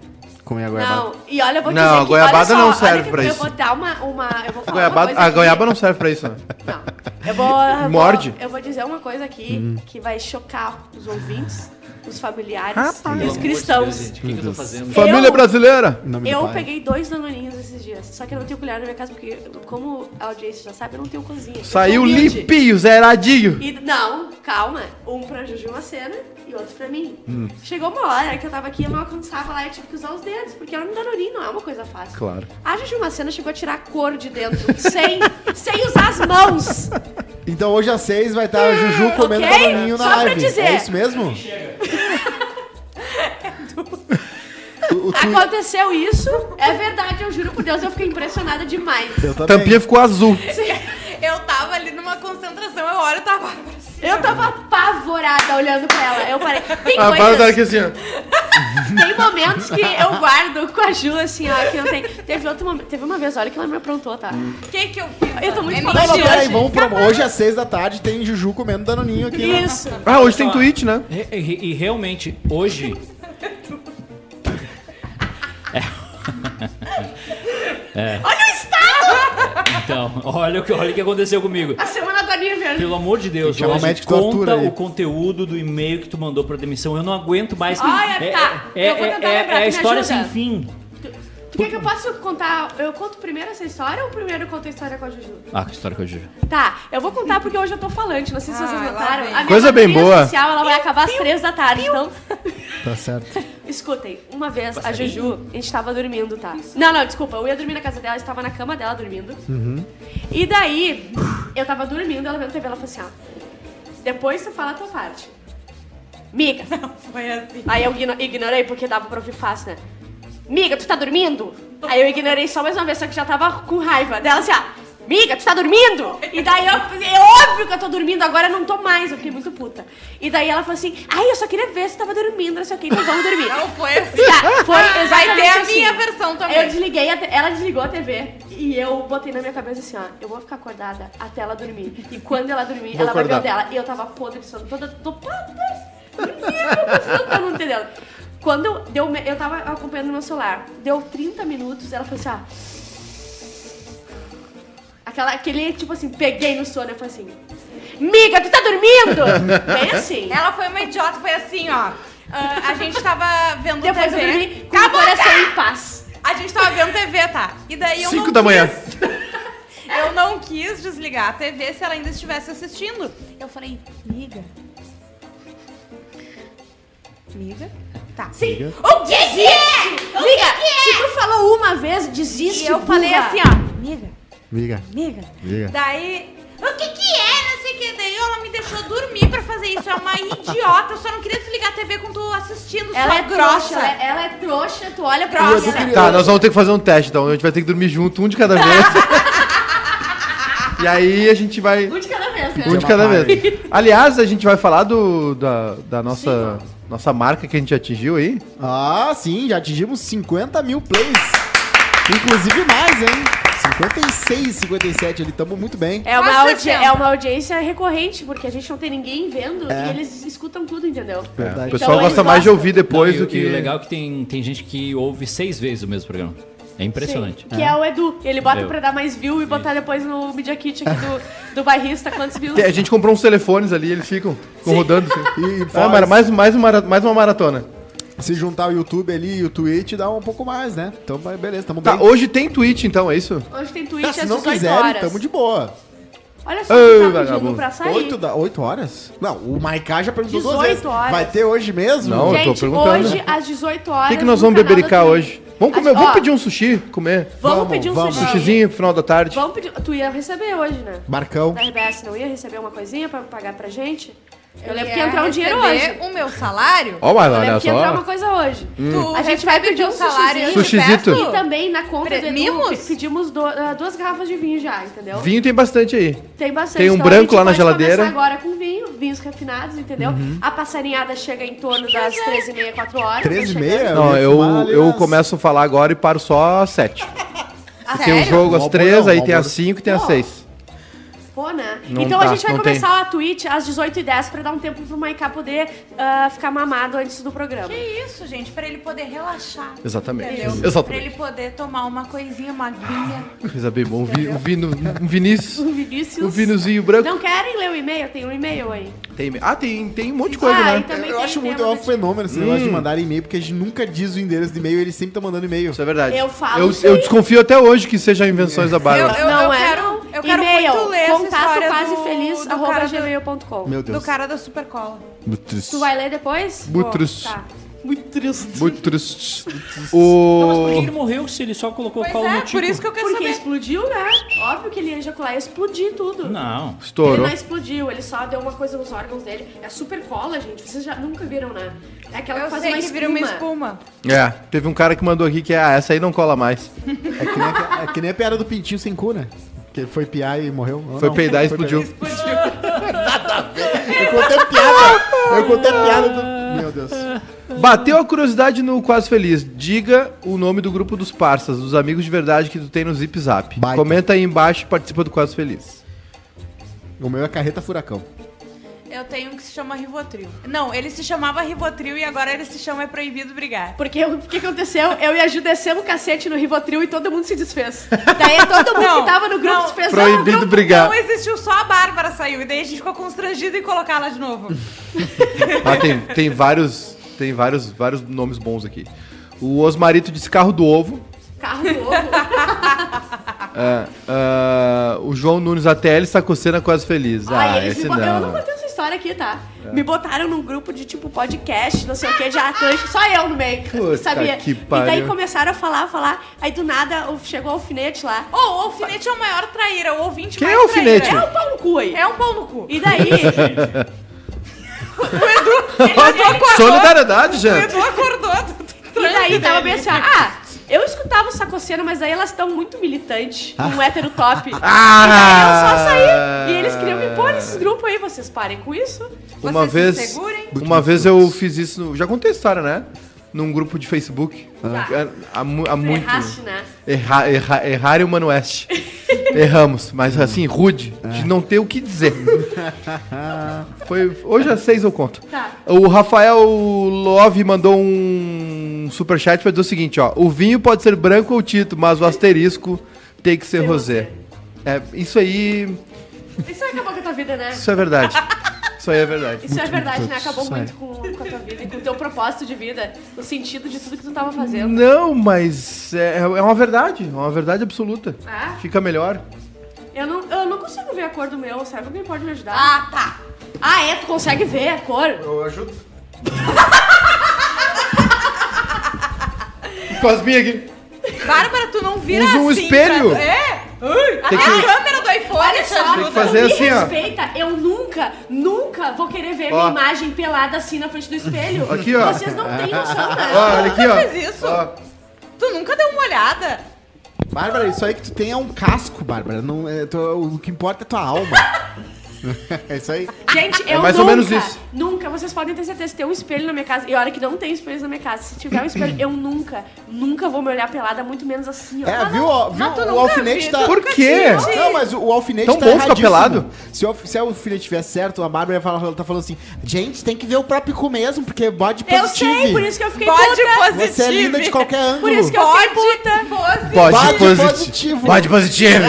S3: Comer a goiabada.
S1: Não, e olha, eu vou
S4: Não,
S1: dizer que, olha
S4: goiabada
S1: só,
S4: não
S1: olha
S4: serve
S1: que
S4: pra
S1: eu
S4: isso.
S1: vou dar uma, uma... Eu vou falar
S4: A
S1: uma
S4: goiabada,
S1: coisa
S4: a
S1: aqui.
S4: goiaba não serve pra isso, né?
S1: Não. Eu vou. eu vou-
S4: Morde. Hum.
S1: Eu vou dizer uma coisa aqui que vai chocar os ouvintes, os familiares e os cristãos.
S5: O que, eu tô fazendo?
S4: Família brasileira!
S3: Em nome do
S1: Eu
S3: pai.
S1: peguei dois danoninhos esses dias, só que eu não tenho colher na minha casa, porque, como a audiência já sabe, eu não tenho cozinha. Eu sou
S4: Saiu
S1: humilde.
S4: limpinho, zeradinho.
S1: E, não, calma. Um pra Juju Macena e outro pra mim.
S3: Hum.
S1: Chegou uma hora que eu tava aqui e eu não alcançava lá e eu tive que usar os dedos, porque era um danoninho, não é uma coisa fácil.
S4: Claro.
S1: A Juju Macena chegou a tirar a cor de dentro, sem, sem usar as mãos.
S3: Então hoje às seis vai estar a Juju comendo
S1: Hum, ok?
S3: bananinho na
S1: Só pra
S3: live.
S1: dizer.
S3: É isso mesmo? O- o tu-
S1: Aconteceu isso, é verdade, eu juro por Deus, eu fiquei impressionada demais.
S3: Eu
S4: A
S3: também.
S4: tampinha ficou azul.
S2: Eu tava ali numa concentração, eu olho tá e tava.
S1: Eu tava apavorada olhando pra ela. Eu parei. Tem,
S4: A Bárbara tá
S1: coisas,
S4: aqui assim, ó.
S1: tem momentos que eu guardo com a Ju, assim, ó, que não tem. Teve outro momento. Teve uma vez, olha que ela me aprontou, tá?
S2: O que que eu fiz?
S1: Eu tô muito
S2: é
S1: falando
S3: Não,
S2: mentira.
S3: mas
S1: hoje.
S3: peraí, vamos pra... Hoje às seis da tarde tem Juju comendo danoninho aqui. né?
S1: Isso.
S4: Ah, hoje tem tweet, né?
S5: E, e- e realmente, hoje. Olha o estado! É. Então, olha o que, olha o que aconteceu comigo.
S1: A semana do aniversário.
S5: Pelo amor de
S3: Tem
S5: Deus,
S3: que chamar
S5: hoje,
S3: o médico do Arthur
S5: conta
S3: ali.
S5: o conteúdo do e-mail que tu mandou pra demissão. Eu não aguento mais.
S1: Olha, tá.
S5: É, é,
S1: Eu vou
S5: é,
S1: tentar
S5: é-
S1: lembrar,
S5: é
S1: tu me
S5: história
S1: ajuda?
S5: sem fim.
S1: Tu quer que eu possa contar? Eu conto primeiro essa história ou primeiro eu conto a história com a Juju?
S5: Ah, que história que eu juro.
S1: Tá, eu vou contar porque hoje eu tô falante, não sei se vocês
S2: Ah, lá
S1: notaram.
S2: vem.
S1: A minha
S4: Coisa bem
S1: matéria
S4: boa.
S1: Social, ela vai acabar às três da tarde, então
S3: Tá certo.
S1: Escutem, uma vez a Juju, a gente tava dormindo, tá? Não, não, desculpa, eu ia dormir na casa dela, estava na cama dela dormindo. E daí, eu tava dormindo, ela vendo TV, ela falou assim, ó. Depois tu fala a tua parte. Miga.
S2: Foi assim.
S1: Aí eu igno- ignorei porque dava pra ouvir fácil, né? Miga, tu tá dormindo? Aí eu ignorei só mais uma vez, só que já tava com raiva. Dela assim, ah, Miga, tu tá dormindo? E daí eu, é óbvio que eu tô dormindo, agora eu não tô mais, eu fiquei muito puta. E daí ela falou assim, ai, eu só queria ver se tu tava dormindo, não sei o que, então vamos dormir.
S2: Não, foi assim.
S1: Tá, foi exatamente
S2: Vai ter a
S1: assim.
S2: minha versão também.
S1: Eu desliguei, a te- ela desligou a TV e eu botei na minha cabeça assim, ó, eu vou ficar acordada até ela dormir. E quando ela dormir,
S4: Vou
S1: ela vai ver o
S4: acordar.
S1: dela. E eu tava podre de sono, toda topada. dormindo, eu não entendendo. Quando eu, deu, me- eu tava acompanhando no meu celular, deu 30 minutos, ela falou assim, ó... Aquela, aquele, tipo assim, peguei no sono, eu falei assim... Miga, tu tá dormindo? Bem assim.
S2: Ela foi uma idiota, foi assim, ó. Ah, a gente tava vendo
S1: Depois eu
S2: TV.
S1: dormi com
S2: Cala
S1: o
S2: a boca!
S1: coração em paz.
S2: A gente tava vendo TV, tá? E daí eu
S4: Cinco
S2: não
S4: da
S2: quis-
S4: manhã.
S2: Eu não quis desligar a TV se ela ainda estivesse assistindo. Eu falei, miga. Miga? Tá.
S1: Sim. O que que é? Miga, se tu falou uma vez, desiste,
S2: E eu
S1: burra.
S2: falei assim, ó, miga,
S3: Miga,
S2: miga.
S3: miga.
S2: Daí, o que que é? Não sei o que. Daí ela me deixou dormir pra fazer isso. É uma idiota. Eu só não queria desligar a TV quando tu assistindo.
S1: Ela
S2: sua
S1: é
S2: grossa.
S1: trouxa, ela é, ela é trouxa, tu olha pra
S3: Eu tô
S1: ela. né?
S3: curioso.
S4: Tá, nós vamos ter que fazer um teste, então. A gente vai ter que dormir junto, um de cada vez. e aí a gente vai.
S1: Um de cada vez,
S4: Um
S1: né?
S4: de cada vez. Aliás, a gente vai falar do, da, da nossa, nossa marca que a gente atingiu aí.
S3: Ah, sim, já atingimos 50 mil plays. Inclusive mais, hein? 56, 57 ali, tamo muito bem.
S1: É uma,
S2: Quase
S1: audi-
S2: 60.
S1: é uma audiência recorrente, porque a gente não tem ninguém vendo
S4: É.
S1: e eles escutam tudo, entendeu?
S4: O
S3: Verdade.
S4: pessoal
S1: eles
S4: gosta mais de
S1: gostam.
S4: ouvir depois
S5: Não, e-
S4: do que.
S5: E o legal é que tem, tem gente que ouve seis vezes o mesmo programa. É impressionante.
S1: Sim, que é. o Edu. Ele bota
S5: Eu.
S1: pra dar mais view e botar depois no Media Kit aqui do, do bairrista quantos views.
S4: Tem- A gente comprou uns telefones ali, eles ficam, ficam rodando.
S3: E,
S4: assim.
S3: e
S4: Ah,
S3: fora,
S4: mara- mais, mais, uma, mais uma maratona.
S3: se juntar o YouTube ali e o Twitch, dá um pouco mais, né? Então, mas beleza, tamo
S4: Tá,
S3: bem.
S4: hoje tem Twitch, então, é isso?
S1: Hoje tem
S3: Tá,
S1: Twitch
S3: se
S1: às
S3: não
S1: 18
S3: quiserem,
S1: horas.
S3: tamo de boa.
S1: Olha só o
S4: Ei,
S1: que tá pedindo
S4: vagabundo.
S1: pra sair.
S3: 8, da, 8 horas? Não, o Maiká já perguntou duas
S1: 18
S3: vezes.
S1: horas.
S3: Vai ter hoje mesmo?
S4: Não, eu tô
S1: Gente,
S4: perguntando.
S1: hoje às 18 horas.
S4: O que, que nós
S1: no
S4: vamos
S1: canal da
S4: bebericar
S1: Twitch.
S4: hoje? Vamos,
S1: A
S4: comer,
S1: gente-
S4: vamos
S1: ó,
S4: pedir um sushi, comer.
S1: Vamos,
S3: Vamos,
S1: pedir um
S3: vamos.
S1: sushi.
S4: Sushizinho, final da tarde.
S1: Vamos pedir. Tu ia receber hoje, né?
S3: Marcão.
S1: Da RBS não ia receber uma coisinha pra pagar pra gente? Eu lembro que
S2: ia
S1: ia entrar um dinheiro
S2: receber
S1: hoje.
S2: o meu salário.
S4: Ó,
S1: Eu
S4: Marlon, olha
S1: lembro que ia entrar uma
S4: só.
S1: coisa hoje.
S2: Tu
S1: A gente vai
S2: recebe
S1: pedir
S2: teu
S1: um salário
S2: eu te
S4: Sushizito.
S2: peço.
S1: E também na conta
S2: Pre-
S1: do Edu,
S2: mimos?
S1: pe- pedimos do- ah, duas garrafas de vinho já, entendeu?
S4: Vinho tem bastante aí.
S1: Tem bastante.
S4: Tem um
S1: a gente
S4: branco lá na
S1: pode
S4: geladeira. Uhum.
S1: começar agora com vinho, vinhos refinados, entendeu? A passarinhada chega em torno das 13h30, 4 horas. Tá
S3: 13h30?
S1: É,
S4: Não,
S3: ia
S4: eu,
S3: fumar ali
S4: eu
S3: nas-
S4: começo a falar agora e paro só às sete. Tem um
S2: Sério?
S4: jogo às
S3: Malboro
S4: três,
S3: não,
S4: aí tem
S3: Malboro.
S4: às cinco e tem às
S1: Pô.
S4: seis.
S1: Pô, né?
S4: Não
S1: então
S4: tá,
S1: a gente vai
S4: não tem.
S1: começar a Twitch às 18h10 pra dar um tempo pro Maiká poder ah, ficar mamado antes do programa.
S2: Que isso, gente, pra ele poder relaxar.
S4: Exatamente.
S2: Entendeu? Pra ele
S4: Exatamente.
S2: poder tomar uma coisinha, uma aguinha.
S4: Coisa bem bom. Um, vi, um, vino, um Vinícius.
S1: O Vinícius.
S4: Um vinozinho branco.
S1: Não querem ler o e-mail? Tem um e-mail aí.
S4: Tem, ah, tem, tem um monte de coisa,
S1: ah,
S4: né?
S1: e também
S3: Eu
S1: tem
S3: acho muito
S1: tema
S3: é um
S1: do-
S3: fenômeno esse
S4: Hum.
S3: negócio de mandar e-mail, porque a gente nunca diz o endereço do e-mail, eles sempre estão mandando e-mail.
S4: Isso é verdade.
S1: Eu falo
S4: eu,
S1: sim.
S4: eu desconfio até hoje que seja invenções da
S2: Eu,
S4: Bárbara.
S2: eu,
S1: Não
S2: eu
S1: é.
S2: quero, eu quero
S1: e-mail,
S2: muito ler essa
S1: contato
S2: história
S1: quase
S2: do,
S1: feliz,
S2: do
S1: arroba
S2: cara do,
S1: gmail.com.
S3: Meu
S2: do
S3: Deus.
S2: cara da Supercola.
S3: Muito triste.
S1: Tu vai ler depois?
S4: Butrus.
S1: Tá. Muito triste.
S4: Muito triste.
S5: Não, mas por que
S4: O...
S5: ele morreu se ele só colocou o
S2: Pois
S5: colo
S2: é,
S5: no tico?
S2: por isso que eu quero
S1: Porque
S2: saber.
S1: explodiu, né? Óbvio que ele ia ejacular, ia explodir tudo.
S5: Não.
S1: Ele
S4: Estourou.
S1: não explodiu, ele só deu uma coisa nos órgãos dele. É super cola, gente. Vocês já nunca viram, né? É aquela
S2: Eu
S1: que faz
S2: sei
S1: uma
S2: que vira uma espuma.
S4: É, teve um cara que mandou aqui que é, ah, essa aí não cola mais.
S3: É que, nem a, é que nem a piada do pintinho sem cu, né? Que ele foi piar e morreu. Ou
S4: Foi
S3: não?
S4: peidar e explodiu.
S3: Eu contei a piada. Eu contei a piada do... Meu Deus.
S4: Bateu a curiosidade no Quase Feliz. Diga o nome do grupo dos parças, dos amigos de verdade que tu tem no Zip Zap.
S3: Baita.
S4: Comenta aí embaixo e participa do Quase Feliz.
S3: O meu é carreta furacão.
S2: Eu tenho um que se chama Rivotril. Não, ele se chamava Rivotril e agora ele se chama É Proibido Brigar.
S1: Porque o que aconteceu? Eu e a Ju descemos o cacete no Rivotril e todo mundo se desfez. Daí todo mundo
S2: Não,
S1: que tava no grupo
S2: não.
S1: se fez. "Ah,
S4: Proibido
S1: grupo
S4: brigar.
S2: Não existiu, só a Bárbara saiu. E daí a gente ficou constrangido em colocar ela de novo.
S4: Ah, tem, tem vários, tem vários, vários nomes bons aqui. O Osmarito disse carro do ovo.
S1: Carro novo.
S4: Ah, ah, o é, João Nunes ATL sacou cena quase feliz. Ah,
S1: Ai, eles me
S4: esse
S1: botaram. Eu não
S4: não. É.
S1: contei essa história aqui, tá? Me botaram num grupo de tipo podcast, não sei o que, de Atlântico, só eu no meio.
S4: Puta
S1: sabia?
S4: que
S1: E daí
S4: pariu.
S1: começaram a falar, falar. Aí do nada o- chegou o alfinete lá.
S2: Ô, o alfinete é o maior traíra, o ouvinte
S4: Quem
S2: mais
S4: é o alfinete?
S1: É
S2: traíra.
S1: um pau no cu aí.
S2: É um pau no cu.
S1: E daí,
S4: é
S2: é
S4: Solidariedade,
S2: O
S4: gente.
S2: Edu acordou do do
S1: e
S2: transe
S1: daí tava bem assim,
S2: dele.
S1: ó, ah, eu escutava o Sacocena, mas aí elas estão muito militantes, um hétero top.
S4: Ah!
S1: E daí eu só saí. E eles queriam me pôr nesses grupos aí, vocês parem com isso.
S4: Uma
S2: Vocês se
S4: vez,
S2: segurem.
S4: uma vez eu fiz isso, no- já contei a história, né? Num grupo de Facebook. É, Há, há mu- há muito.
S1: Erraste, né?
S4: Errar, errar, errar e o Mano Oeste. Erramos, mas assim, rude, de não ter o que dizer. Foi, hoje às seis eu conto.
S1: Tá.
S4: O Rafael Love mandou um superchat pra dizer o seguinte, ó. O vinho pode ser branco ou tinto, mas o asterisco tem que ser
S1: Ser
S4: rosé.
S1: rosé.
S4: É, isso aí,
S1: Isso aí acabou com a tua vida, né?
S4: isso é verdade. Isso aí é verdade.
S1: Isso é verdade, né? Acabou
S4: Isso é.
S1: muito com, com a tua vida e com o teu propósito de vida, no sentido de tudo que tu tava fazendo.
S4: Não, mas é, é uma verdade, é uma verdade absoluta.
S1: Ah.
S4: Fica melhor.
S1: Eu não, eu não consigo ver a cor do meu, sabe? Alguém pode me ajudar?
S2: Ah, tá.
S1: Ah, é? Tu consegue ver a cor?
S4: Eu ajudo. Cosminha aqui.
S2: Bárbara, tu não vira
S4: Usa
S2: assim.
S4: um espelho.
S2: pra- É. Até
S4: Tem que-
S2: a câmera do iPhone te
S1: Só,
S4: Tem
S2: ajuda.
S4: que fazer
S1: me
S4: assim, ó.
S1: respeita, eu nunca, nunca vou querer ver
S4: Ó.
S1: minha imagem pelada assim na frente do espelho.
S4: Aqui, ó.
S1: Vocês não têm noção, né?
S4: Ó, olha aqui, ó.
S2: fez isso.
S4: Ó.
S2: Tu nunca deu uma olhada.
S3: Bárbara, isso aí que tu tem é um casco, Bárbara. Não, é, tu- o que importa é tua alma. é isso aí.
S1: Gente, eu
S4: mais ou
S1: nunca,
S4: menos isso.
S1: nunca, vocês podem ter certeza, se tem um espelho na minha casa, e olha que não tem espelho na minha casa, se tiver um espelho, eu nunca, nunca vou me olhar pelada, muito menos assim, ó.
S3: É, viu? ó, viu?
S2: tu
S3: o
S2: nunca
S3: alfinete
S2: vi,
S3: tá.
S2: tu
S4: Por quê?
S3: Não, mas o, o alfinete
S4: Tão
S3: tá
S4: bom ficar
S3: erradíssimo.
S4: pelado.
S3: Se o, alf- se o alfinete tiver certo, a Bárbara ia falar, ela tá falando assim: gente, tem que ver o próprio cu mesmo, porque é bode
S1: Eu
S3: positivo.
S1: sei, por isso que eu fiquei
S2: Bode
S1: puta.
S2: positivo.
S3: Você é linda de qualquer ângulo.
S1: Por isso que eu
S2: Bode
S1: fiquei puta.
S2: positivo.
S4: Pode
S3: Bode
S4: positivo.
S3: positivo.
S4: Pode positivo.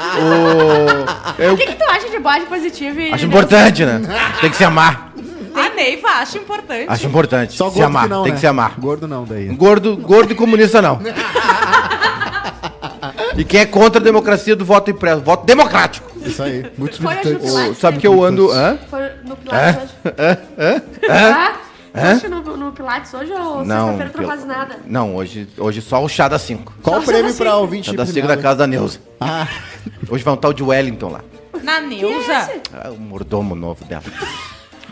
S4: Ô,
S1: O que,
S4: eu
S1: que tu acha de bode positivo e...
S4: acho importante, né? Tem que se amar.
S2: A Neiva acha importante.
S4: Acho importante.
S3: Só
S4: se
S3: gordo
S4: amar.
S3: que não,
S4: Tem
S3: né?
S4: que se amar.
S3: Gordo não, daí.
S4: Gordo, gordo e comunista não. E quem é contra a democracia do voto impresso? Voto democrático.
S3: Isso aí. Muito
S1: Foi a
S3: importante.
S1: Jupilar.
S4: Ô, sabe que eu ando. Hã?
S1: Foi no
S4: É?
S1: Pilates hoje. Hã? Hã? No, no Pilates hoje ou sexta-feira tu não
S4: pelo-
S1: faz nada?
S4: Não, hoje, hoje só o chá da 5.
S3: Qual o
S1: Nossa,
S3: prêmio
S1: você-
S3: pra ouvinte?
S4: Chá É da 5 da
S3: premiado?
S4: casa da Neuza.
S3: tipo Ah,
S4: Hoje vai um tal de Wellington lá.
S2: Na Neuza.
S4: Ah, o mordomo novo dela.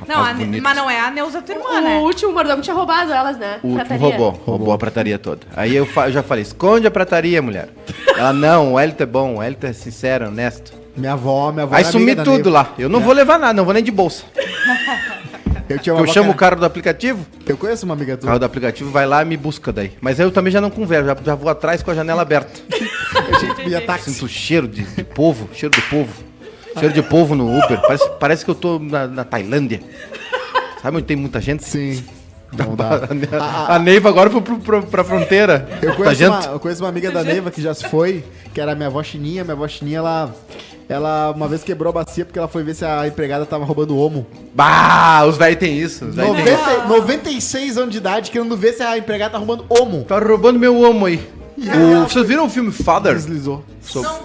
S2: Não, a
S4: Rapaz
S2: ne...
S4: bonito.
S2: mas não é a Neuza tua irmã,
S1: O
S2: né?
S1: último mordomo tinha roubado elas, né?
S4: O último
S1: Prataria.
S4: roubou, roubou a prataria toda. Aí eu, fa- eu já falei, esconde a prataria, mulher. Ela, não, o Wellington é bom, o Wellington é sincero, honesto.
S3: minha avó, minha avó.
S4: Aí
S3: era
S4: sumi
S3: amiga da
S4: tudo
S3: Neiva.
S4: lá. Eu não vou levar nada, não vou nem de bolsa.
S3: Eu, tinha uma
S4: Eu
S3: avó
S4: chamo o
S3: que
S4: cara do aplicativo,
S3: era- Eu conheço uma amiga
S4: o
S3: tua.
S4: cara do aplicativo vai lá e me busca daí. Mas aí eu também já não converso, já, já vou atrás com a janela aberta.
S3: A gente pedia táxi.
S4: Sinto o cheiro de, de povo, cheiro do povo. Cheiro de povo no Uber. Parece, parece que eu tô na, na Tailândia. Sabe onde tem muita gente?
S3: Sim. Não dá.
S4: A, a Neiva agora foi pro, pro, pra fronteira.
S3: Eu
S4: Tá
S3: conheço,
S4: gente?
S3: uma, eu conheço uma amiga da Neiva que já se foi, que era minha avó chininha. Minha avó chininha, ela, ela uma vez quebrou a bacia porque ela foi ver se a empregada tava roubando homo.
S4: Bah, os velhos tem isso. Os velhos tem isso.
S3: 90, 96 anos de idade querendo ver se a empregada tá roubando homo.
S4: Tá roubando meu homo aí. O- vocês viram o filme Father?
S3: Deslizou.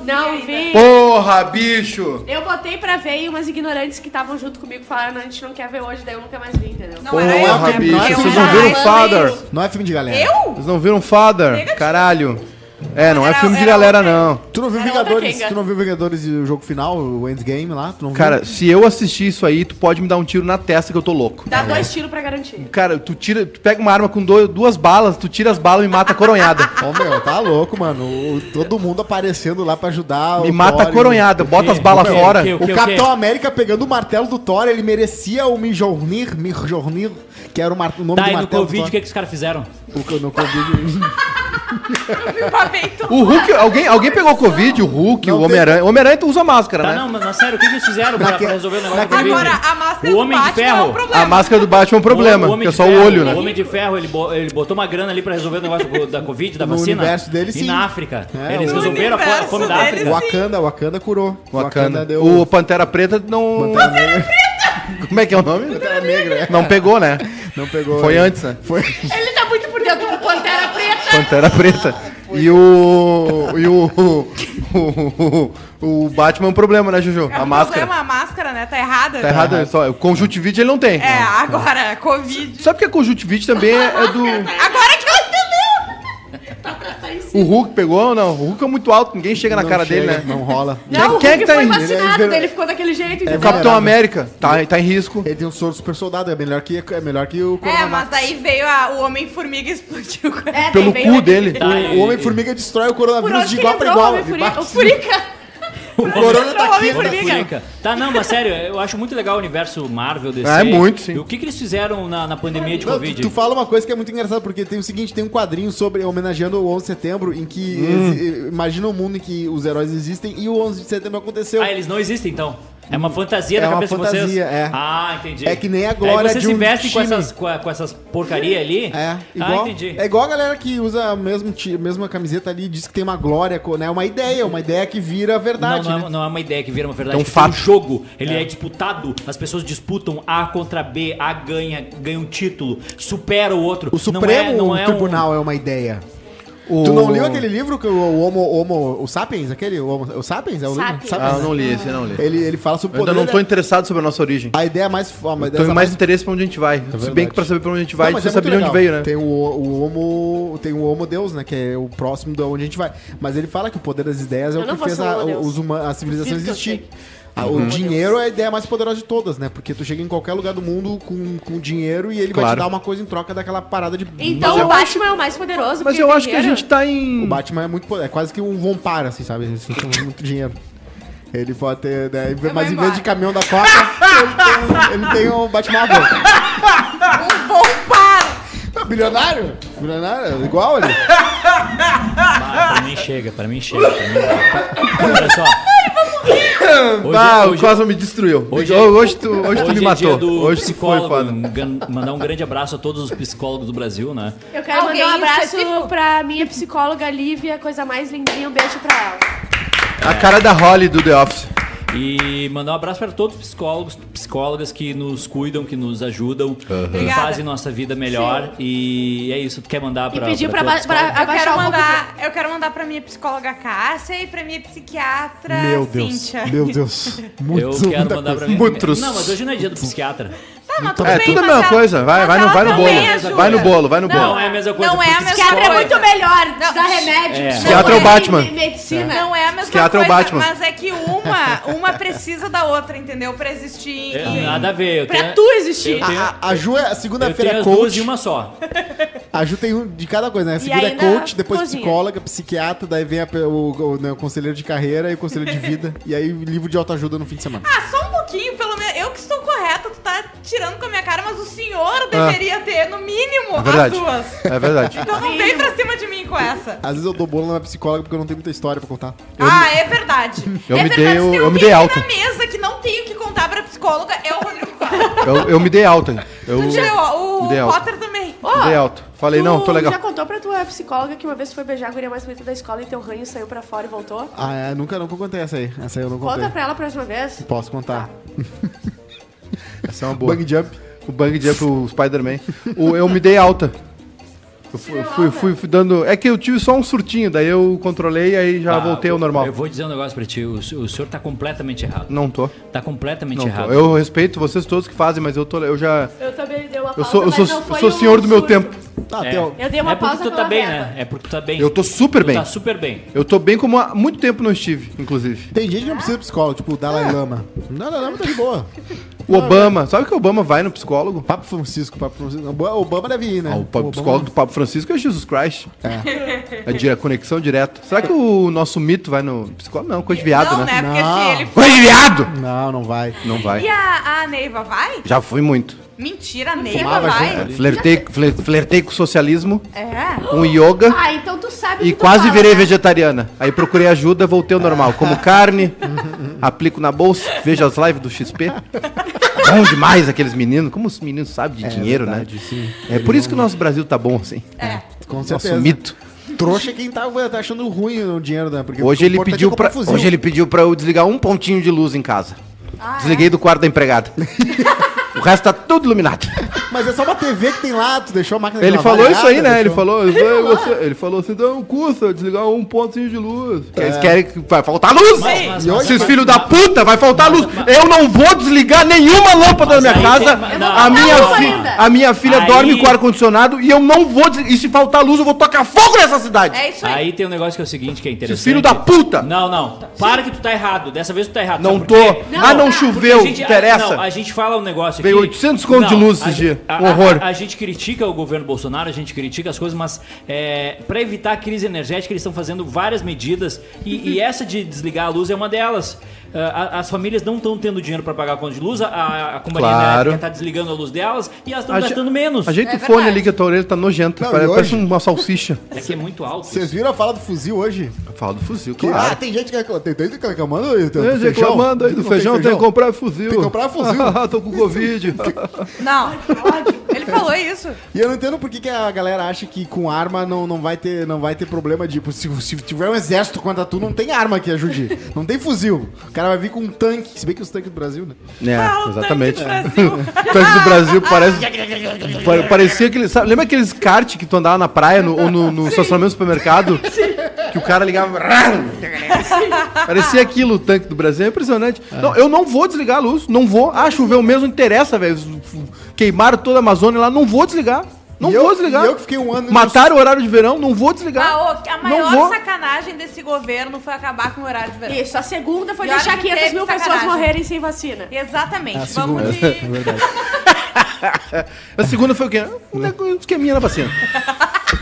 S1: Não vi.
S4: Porra, bicho!
S1: Eu botei pra ver e umas ignorantes que estavam junto comigo falaram, "Não, a gente não quer ver hoje, daí eu nunca mais vi, entendeu?
S2: Não era eu,
S4: Porra,
S2: né?
S4: bicho,
S2: Eu
S4: vocês
S2: era
S4: não viram
S2: a
S4: Father?
S2: Neuza.
S3: Não é filme de galera.
S2: Eu?
S4: Vocês não viram Father? Caralho. É, não é
S2: Era-
S4: filme de
S2: era
S4: galera, não.
S3: Tu não viu
S1: Era outra
S3: Vingadores?
S1: Kenga.
S3: Tu não viu Vingadores e o jogo final, o Endgame lá? Tu não viu?
S4: Cara, se eu assistir isso aí, tu pode me dar um tiro na testa que eu tô louco.
S1: Dá dois tiros pra garantir.
S4: Cara, tu tira, tu pega uma arma com do- duas balas, tu tira as balas e me mata coronhada.
S3: Ô meu, tá louco, mano. O- todo mundo aparecendo lá pra ajudar.
S4: Me
S3: o
S4: mata
S3: Thor e o-
S4: coronhada, bota as balas
S5: O quê?
S4: fora.
S5: O quê?
S3: O,
S5: quê?
S3: Capitão América pegando o martelo do Thor, ele merecia o Mjolnir, Mjolnir, que era o, mar- o nome
S5: Tá,
S3: do
S5: e no
S3: martelo
S5: Covid, o
S3: do Thor.
S5: que, que os caras fizeram?
S3: O que eu não convido.
S2: Me babei tudo.
S4: O Hulk, alguém, alguém pegou Covid, o Hulk,
S3: Não
S4: o
S3: tem-
S4: Homem-Aranha. O Homem-Aranha tu usa máscara,
S5: Tá,
S4: né?
S5: não, mas mas sério, o que, que eles fizeram pra,
S3: Naque-
S5: pra resolver o negócio do Covid?
S2: Agora, a máscara
S5: O
S2: do
S5: Homem de
S2: Batman é
S5: Ferro.
S2: um
S4: A
S2: problema.
S4: máscara do Batman é um problema,
S5: Homem
S4: porque é
S5: de
S4: só o
S5: Ferro,
S4: olho, né?
S5: O Homem de Ferro, ele, bo- ele botou uma grana ali pra resolver o negócio do- da Covid, da
S3: No
S5: vacina.
S3: universo dele,
S5: e
S3: sim.
S5: na África.
S3: É,
S5: Eles
S3: o
S5: resolveram a fo- a fome da
S2: universo
S5: África.
S2: deles,
S3: Wakanda, Wakanda curou.
S4: Wakanda.
S3: deu. um
S4: O Pantera Preta não. Como é que é o nome?
S3: Pantera Negra.
S4: Não pegou, né?
S3: Não pegou.
S4: Foi
S3: né?
S4: antes, né?
S3: Foi.
S1: Ele tá muito por dentro do Pantera Preta.
S4: Pantera Preta. E o. E o. O, o- o Batman é um problema, né, Juju?
S2: É um
S4: a máscara.
S2: É
S1: É um
S2: problema, a máscara máscara, né? Tá errada.
S4: Tá errado, só. O conjuntivite ele não tem.
S2: É, agora, Covid.
S4: Sabe que a conjuntivite também é, é
S1: tá
S4: do.
S2: Agora que eu entendeu!
S1: assim.
S4: O Hulk pegou ou não? O Hulk é muito alto, ninguém chega na
S3: Não
S4: cara dele,
S3: chega,
S4: né?
S3: Não rola.
S4: Quem-
S1: Não, o
S4: quem é
S1: Hulk
S4: que tá
S1: foi
S4: em-
S1: vacinado,
S3: ele é-
S1: daí ele ficou daquele jeito,
S4: O
S1: entendeu?
S4: Capitão América tá, tá em risco.
S3: Ele tem um soro super soldado, é melhor que, é melhor que o
S2: É,
S3: Coronavax.
S2: mas daí veio a- o Homem-Formiga e explodiu.
S1: É, daí
S4: Pelo
S1: veio
S4: cu
S1: aquele-
S4: dele.
S5: Tá,
S3: O Homem-Formiga destrói o
S1: Por
S3: coronavírus
S1: onde
S3: de
S1: que ele
S3: igual pra
S1: entrou o
S3: igual.
S4: né,
S3: Ele
S1: Homem-Furica? O
S3: bate-
S1: Furica!
S3: O corona
S1: entrou o
S3: tá aqui, né?
S1: Homem-Formiga.
S5: Fica. Tá, não, mas sério, eu acho muito legal o universo Marvel desse.
S4: É, muito, sim.
S5: E o que, que eles fizeram na, na pandemia de
S3: Não, tu-
S5: Covid?
S3: tu, fala uma coisa que é muito engraçada, porque tem o seguinte, tem um quadrinho sobre, homenageando o 11 de setembro, em que
S5: Hum.
S3: exi- imagina um mundo em que os heróis existem e o 11 de setembro aconteceu.
S5: Ah, eles não existem então. É uma fantasia da
S3: É uma
S5: cabeça de vocês.
S3: fantasia, é.
S5: Ah, entendi.
S3: É que nem a glória
S5: Aí vocês
S3: de um
S5: se vestem com
S3: time.
S5: essas, com, a- com essas porcaria ali.
S3: É,
S5: Ah,
S3: igual,
S5: entendi.
S3: é igual a galera que usa a mesmo ti- mesma camiseta ali e diz que tem uma glória, co- né? É uma ideia, uma ideia que vira verdade,
S5: não, não,
S3: né?
S5: é, não é uma ideia que vira uma verdade.
S4: É um
S5: porque
S4: fato.
S5: O jogo, ele é. disputado, as pessoas disputam A contra B, A ganha, ganha um título, supera o outro.
S3: O Supremo
S5: um-
S3: Tribunal é uma ideia. Tu não leu aquele livro que o, o Homo, Homo- o Sapiens, aquele? O, Homo- o Sapiens? É o livro?
S1: Sapiens.
S4: Ah, eu não li, esse eu não li.
S3: Ele, Ah, ele fala sobre
S4: Eu ainda não
S3: da-
S4: tô interessado sobre a nossa origem.
S3: A ideia mais... fo- uma
S4: Eu
S3: ideia
S4: Tenho mais
S3: mais-
S4: interesse pra onde a gente vai.
S5: É
S4: Se bem
S3: verdade.
S4: que pra saber pra onde a gente vai,
S3: Não,
S4: a
S3: mas
S4: gente
S3: é muito
S4: sabia de onde
S3: legal.
S4: veio, né?
S3: Tem o, o homo, tem o homo Deus, né, que é o próximo de onde a gente vai. Mas ele fala que o poder das ideias é
S1: Eu
S3: o
S1: não
S3: que
S1: vou
S3: fez
S1: ser um
S3: a,
S1: homo Deus.
S3: os huma- a civilização
S1: Duvido que eu
S3: existir. Ah, O
S4: Uhum.
S3: dinheiro é a ideia mais poderosa de todas, né? Porque tu chega em qualquer lugar do mundo com, com dinheiro e ele vai
S4: Claro.
S3: te dar uma coisa em troca daquela parada de.
S1: Então
S3: Mas
S1: o
S3: eu-
S1: Batman é o mais poderoso.
S4: Mas
S1: porque
S4: eu
S1: tem
S4: acho que a
S1: dinheiro.
S4: gente tá em.
S3: o Batman é muito poder, é quase que um Vampire, assim, sabe? Eles tem muito dinheiro. Ele pode
S1: É
S3: ter. né,
S2: vou
S3: Mas em
S2: embora.
S3: vez de caminhão da Copa, ele tem, um, ele tem o Batmóvel.
S2: Um bom par!
S3: Bilionário? Bilionário, igual ele.
S5: Ah, pra mim chega, pra mim chega. Pra mim... Olha só. Hoje, é-
S4: ah, o
S5: hoje-
S4: Cosmo me destruiu.
S5: hoje
S4: Hoje,
S5: é-
S4: hoje tu, hoje tu me
S5: hoje é
S4: matou.
S5: dia do
S4: hoje tu foi
S5: psicólogo.
S4: foda.
S5: Gan- Mandar um grande abraço a todos os psicólogos do Brasil, né?
S1: Eu quero
S2: Alguém
S1: mandar um abraço
S2: específico?
S1: pra minha psicóloga Lívia, coisa mais lindinha. Um beijo pra ela.
S4: A cara da Holly do The Office.
S5: E mandar um abraço para todos os psicólogos, psicólogas que nos cuidam, que nos ajudam, que
S2: Obrigada.
S5: fazem nossa vida melhor. E é isso, tu quer mandar
S1: E
S5: para
S1: pedir pra, ba- pra
S2: Eu
S1: abaixar
S2: quero,
S1: um pouco o
S2: mandar, eu quero mandar pra minha psicóloga Cássia e pra minha
S1: Tá,
S2: psiquiatra
S3: Meu Deus.
S2: Cíntia.
S3: Meu Deus. Muito,
S5: Eu quero
S3: muita
S5: mandar
S3: coisa.
S5: pra mim.
S4: Muitos.
S5: Não, mas hoje não é dia do psiquiatra.
S2: Tá, mas tudo
S4: É,
S2: bem,
S4: tudo a
S2: mas
S4: mesma
S2: ela-
S4: coisa. Vai,
S2: mas
S4: vai, no,
S2: ela
S4: vai no
S2: também
S4: bolo.
S2: ajuda.
S4: Vai no bolo, vai no
S2: Não,
S4: bolo.
S5: Não é a mesma coisa.
S2: Não é a
S5: porque
S2: mesma
S1: psiquiatra é
S2: coisa.
S1: muito melhor, dá remédio.
S5: É.
S1: Não
S4: Psiquiatra é o Batman.
S1: me- né, Medicina.
S2: Não é a mesma
S4: Psiquiatra é o
S2: coisa,
S4: Batman.
S2: mas é que uma, uma precisa da outra, entendeu? Pra existir.
S5: É,
S2: e-
S5: Nada a ver. Eu
S2: pra
S5: tenho,
S2: tu existir.
S4: Ah,
S5: eu tenho-
S3: A, a Ju é
S5: eu tenho
S3: segunda-feira
S5: as duas
S3: coach.
S5: e uma só.
S3: A Ju tem um de cada coisa, né? Segunda é
S1: ainda
S3: coach, depois
S1: cozinha.
S3: psicóloga, psiquiatra, daí vem a pe- o, o, né, o conselheiro de carreira e o conselheiro de vida. e aí livro de autoajuda no fim de semana.
S2: Ah, só um pouquinho, pelo menos. Eu que estou correta, tu tá tirando com a minha cara, mas o senhor deveria ter, no mínimo,
S4: Ah. É verdade.
S2: as duas.
S4: É verdade.
S2: Então não vem pra cima de mim com essa.
S3: Às vezes eu dou bolo na minha psicóloga porque eu não tenho muita história pra contar.
S2: ah, é verdade.
S4: Eu
S2: é
S4: me
S2: verdade,
S4: dei-
S2: se
S4: eu-
S2: tem
S4: eu me
S2: alguém
S4: dei
S2: aqui
S4: alta.
S2: na mesa que não tem o que contar pra psicóloga, é o Rodrigo Costa.
S4: Eu, eu me dei alta. Eu
S2: Tu tirou, ó,
S4: me
S2: o
S4: dei alta.
S2: Potter também.
S1: Ó,
S4: Me dei alta. Falei,
S1: tu
S4: não, tô legal.
S1: já contou pra tua psicóloga que uma vez tu foi beijar a guria mais bonita da escola e teu ranho saiu pra fora e voltou?
S3: Ah, é, nunca, nunca contei essa aí. Essa aí eu não contei.
S1: Conta pra ela a próxima vez.
S3: Posso contar.
S4: Essa é uma boa.
S3: Bang jump.
S4: O Bang Jump, o Spider-Man. O- Eu me dei alta. Eu fui, eu fui, eu fui- fui dando. É que eu tive só um surtinho, daí eu controlei aí já
S5: Ah,
S4: voltei ao
S5: Eu
S4: normal.
S5: vou dizer um negócio pra ti. O, o senhor tá completamente errado.
S4: Não tô.
S5: Tá completamente
S4: Não
S5: errado.
S4: tô. Eu respeito vocês todos que fazem, mas eu tô. Eu já.
S1: Eu também dei uma pausa,
S4: Eu sou, eu
S1: mas
S4: sou,
S1: não
S4: eu
S1: foi
S4: sou
S1: um
S4: senhor do meu
S1: surto.
S4: tempo.
S3: Ah,
S5: É.
S3: tem um-
S1: Eu dei uma
S5: é porque
S1: pausa
S5: tu tá
S1: pela
S5: bem,
S1: verba.
S5: né? É porque tu tá bem.
S4: Eu tô super
S5: tu
S4: bem.
S5: tá super bem.
S4: Eu tô bem como há muito tempo não estive, inclusive.
S3: Tem gente que não precisa de psicólogo, tipo o
S1: Ah.
S3: Dalai Lama. O Dalai Lama tá de boa.
S4: O Obama, sabe que o Obama vai no psicólogo?
S3: Papo Francisco, Papo Francisco. O Obama deve ir, né?
S4: Ah, o pa-
S3: Obama-
S4: psicólogo do Papa Francisco é Jesus Christ. É. dire- conexão direta. Será que o nosso mito vai no psicólogo? Não, coisa de viado,
S2: não, né?
S4: né?
S2: Porque
S3: Não.
S2: se ele
S4: Coisa de viado!
S3: Não, não vai.
S4: Não vai.
S2: E a, a Neiva vai?
S4: Já fui muito.
S2: Mentira, a Neiva
S3: fumava
S2: vai.
S4: É, Flertei, fler- flertei com o socialismo,
S2: É.
S4: com o yoga
S1: Ah, então tu sabe
S4: e
S1: que tu
S4: quase
S1: fala,
S4: virei
S1: né?
S4: vegetariana. Aí procurei ajuda, voltei ao normal. Como carne, aplico na bolsa, vejo as lives do XP. Bom demais aqueles meninos. Como os meninos sabem de dinheiro, né? É por isso que o nosso Brasil tá bom, assim.
S3: É, Com certeza.
S4: Nosso mito.
S3: Trouxa é quem tá, tá achando ruim o dinheiro, né? Porque
S4: Hoje
S3: o
S4: ele,
S3: importante é
S4: pediu
S3: comprar
S4: pra,
S3: fuzil.
S1: Ah, é?
S4: hoje ele pediu pra eu desligar um pontinho de luz em casa. Desliguei do quarto da empregada. O resto tá tudo iluminado.
S3: Mas é só uma TV que tem lá, tu deixou a máquina de
S4: Ele
S3: lavar
S4: falou isso aí,
S3: ligada,
S4: né? Ele
S3: deixou-
S4: falou, ele falou, você- ele falou assim, então custa desligar um pontinho de luz. Que Eles querem que vai faltar luz!
S5: Mas- mas-
S4: E
S5: mas-
S4: hoje, Esses
S5: mas-
S4: filhos da puta, vai faltar luz. Eu não vou desligar nenhuma lâmpada da
S5: Mas
S4: minha
S5: aí
S4: casa.
S5: tem- mas não,
S4: A
S5: não,
S4: minha,
S1: não
S4: fi-
S1: ainda.
S4: a minha filha
S5: Aí-
S4: dorme com ar-condicionado e eu não vou desligar. E se faltar luz, eu vou tocar fogo nessa cidade.
S2: É isso aí.
S5: Aí tem um negócio que é o seguinte, que é interessante.
S4: filho da puta!
S5: Não, não. Para que tu tá errado. Dessa vez tu tá errado.
S4: Não
S5: Sabe
S4: tô.
S5: por quê?
S1: Não,
S4: ah, não
S1: tá.
S4: choveu.
S5: Porque a gente-
S4: Interessa.
S5: ah, não, a gente fala um negócio aqui.
S4: Veio 800 conto de luz
S5: a
S4: esse
S5: gente-
S4: dia.
S5: a-
S4: Um
S5: a-
S4: horror.
S5: A, gente critica o governo Bolsonaro, a gente critica as coisas, mas é, para evitar a crise energética, eles estão fazendo várias medidas e, e essa de desligar a luz é uma delas. Ah, a- as famílias não estão tendo dinheiro para pagar a conta de luz, a, a companhia
S4: Claro.
S5: elétrica tá desligando a luz delas e elas estão
S4: Aje-
S5: gastando menos.
S4: Ajeita
S2: É
S4: o fone
S2: verdade.
S4: ali que a tua orelha tá nojenta.
S3: Não,
S4: Pare-
S3: e hoje?
S4: Parece uma salsicha.
S5: É que é muito alto.
S3: Vocês viram a fala do fuzil hoje?
S4: Fala do fuzil,
S3: Que- Ah,
S4: claro.
S3: tem gente que reclama- tem gente que reclamando aí do
S4: Eles reclamando aí do feijão, tem que comprar fuzil.
S3: Tem que comprar fuzil.
S4: Tô com Covid.
S2: Não. Ele falou isso.
S3: E eu não entendo por que, que a galera acha que com arma não, não, vai, ter, não vai ter problema de. Se, se tiver um exército contra tu, não tem arma que ajude. Não tem fuzil. O cara vai vir com um tanque. Se bem que os tanques do Brasil, né?
S2: Ah, o
S4: É,
S2: tanque
S4: exatamente.
S2: do
S4: O tanque do Brasil parece. pare- Parecia aquele. sabe- lembra aqueles kart que tu andava na praia no- ou no, no estacionamento do supermercado? Que o cara ligava. Parecia aquilo o tanque do Brasil. É impressionante. Não, eu não vou desligar a luz. Não vou. Ah, choveu mesmo, não interessa, velho. Queimaram toda a Amazônia lá. Não vou desligar. Não
S3: E
S4: vou
S3: eu-
S4: desligar.
S3: e eu que fiquei um ano
S4: Mataram o horário de verão, não vou desligar.
S2: Ah, ô, a
S4: não
S2: maior
S4: vou.
S2: sacanagem desse governo foi acabar com o horário de verão.
S1: Isso, a segunda foi
S2: E olha
S1: deixar
S2: que
S1: 500 mil
S2: teve
S1: pessoas
S2: sacanagem.
S1: morrerem sem vacina.
S2: Exatamente.
S3: Ah,
S2: Vamos
S3: segunda.
S2: de.
S4: A segunda foi o quê? Um nego- um esqueminha na vacina.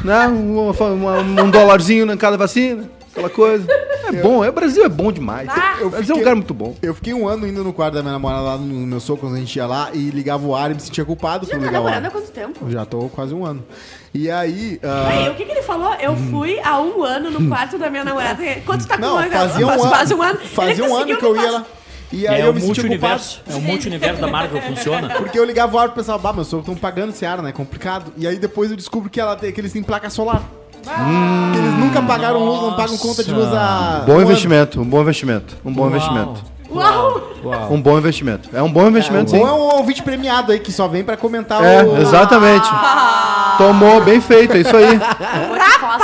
S4: né? um, uma- uma- um dólarzinho em cada vacina, aquela coisa. É bom, é, o Brasil é bom demais.
S2: Ah,
S4: o
S3: eu
S4: Brasil é um
S3: fiquei-
S4: lugar muito bom.
S3: Eu fiquei um ano indo no quarto da minha namorada lá no meu soco quando a gente ia lá e ligava o ar e me sentia culpado
S1: Já
S3: por
S1: tá
S3: ligar o ar.
S1: namorando há quanto tempo?
S3: Já tô quase um ano. E aí. ah,
S1: Peraí, o que, que ele falou? Eu fui há um ano no quarto da minha namorada. Quanto tá com
S3: não,
S1: um ano?
S3: fazia um
S1: Faz-
S3: ano.
S1: Faz um ano.
S3: Fazia
S1: Ele
S3: um ano
S1: conseguiu
S3: que eu
S1: me
S3: ia
S1: passar.
S3: lá. E aí
S5: É
S3: eu
S5: o
S3: me sentia culpado.
S5: multiverso. É o multiverso da Marvel funciona.
S3: Porque eu ligava o ar e pensava, bah, meu sogro estão pagando esse ar, né? É complicado. E aí depois eu descubro que, ela tem- que eles têm placa solar. Que eles nunca pagaram luz, não pagam conta de luz a.
S4: Bom investimento, um bom investimento. Um bom
S5: Uau.
S4: investimento.
S1: Uau!
S5: Uau.
S4: Um bom investimento. É um bom investimento,
S3: Bom é
S4: sim.
S3: um ouvinte premiado aí que só vem pra comentar
S4: É,
S3: o.
S4: exatamente.
S2: Ah,
S4: Tomou, bem feito, é isso aí.
S2: Rapaz!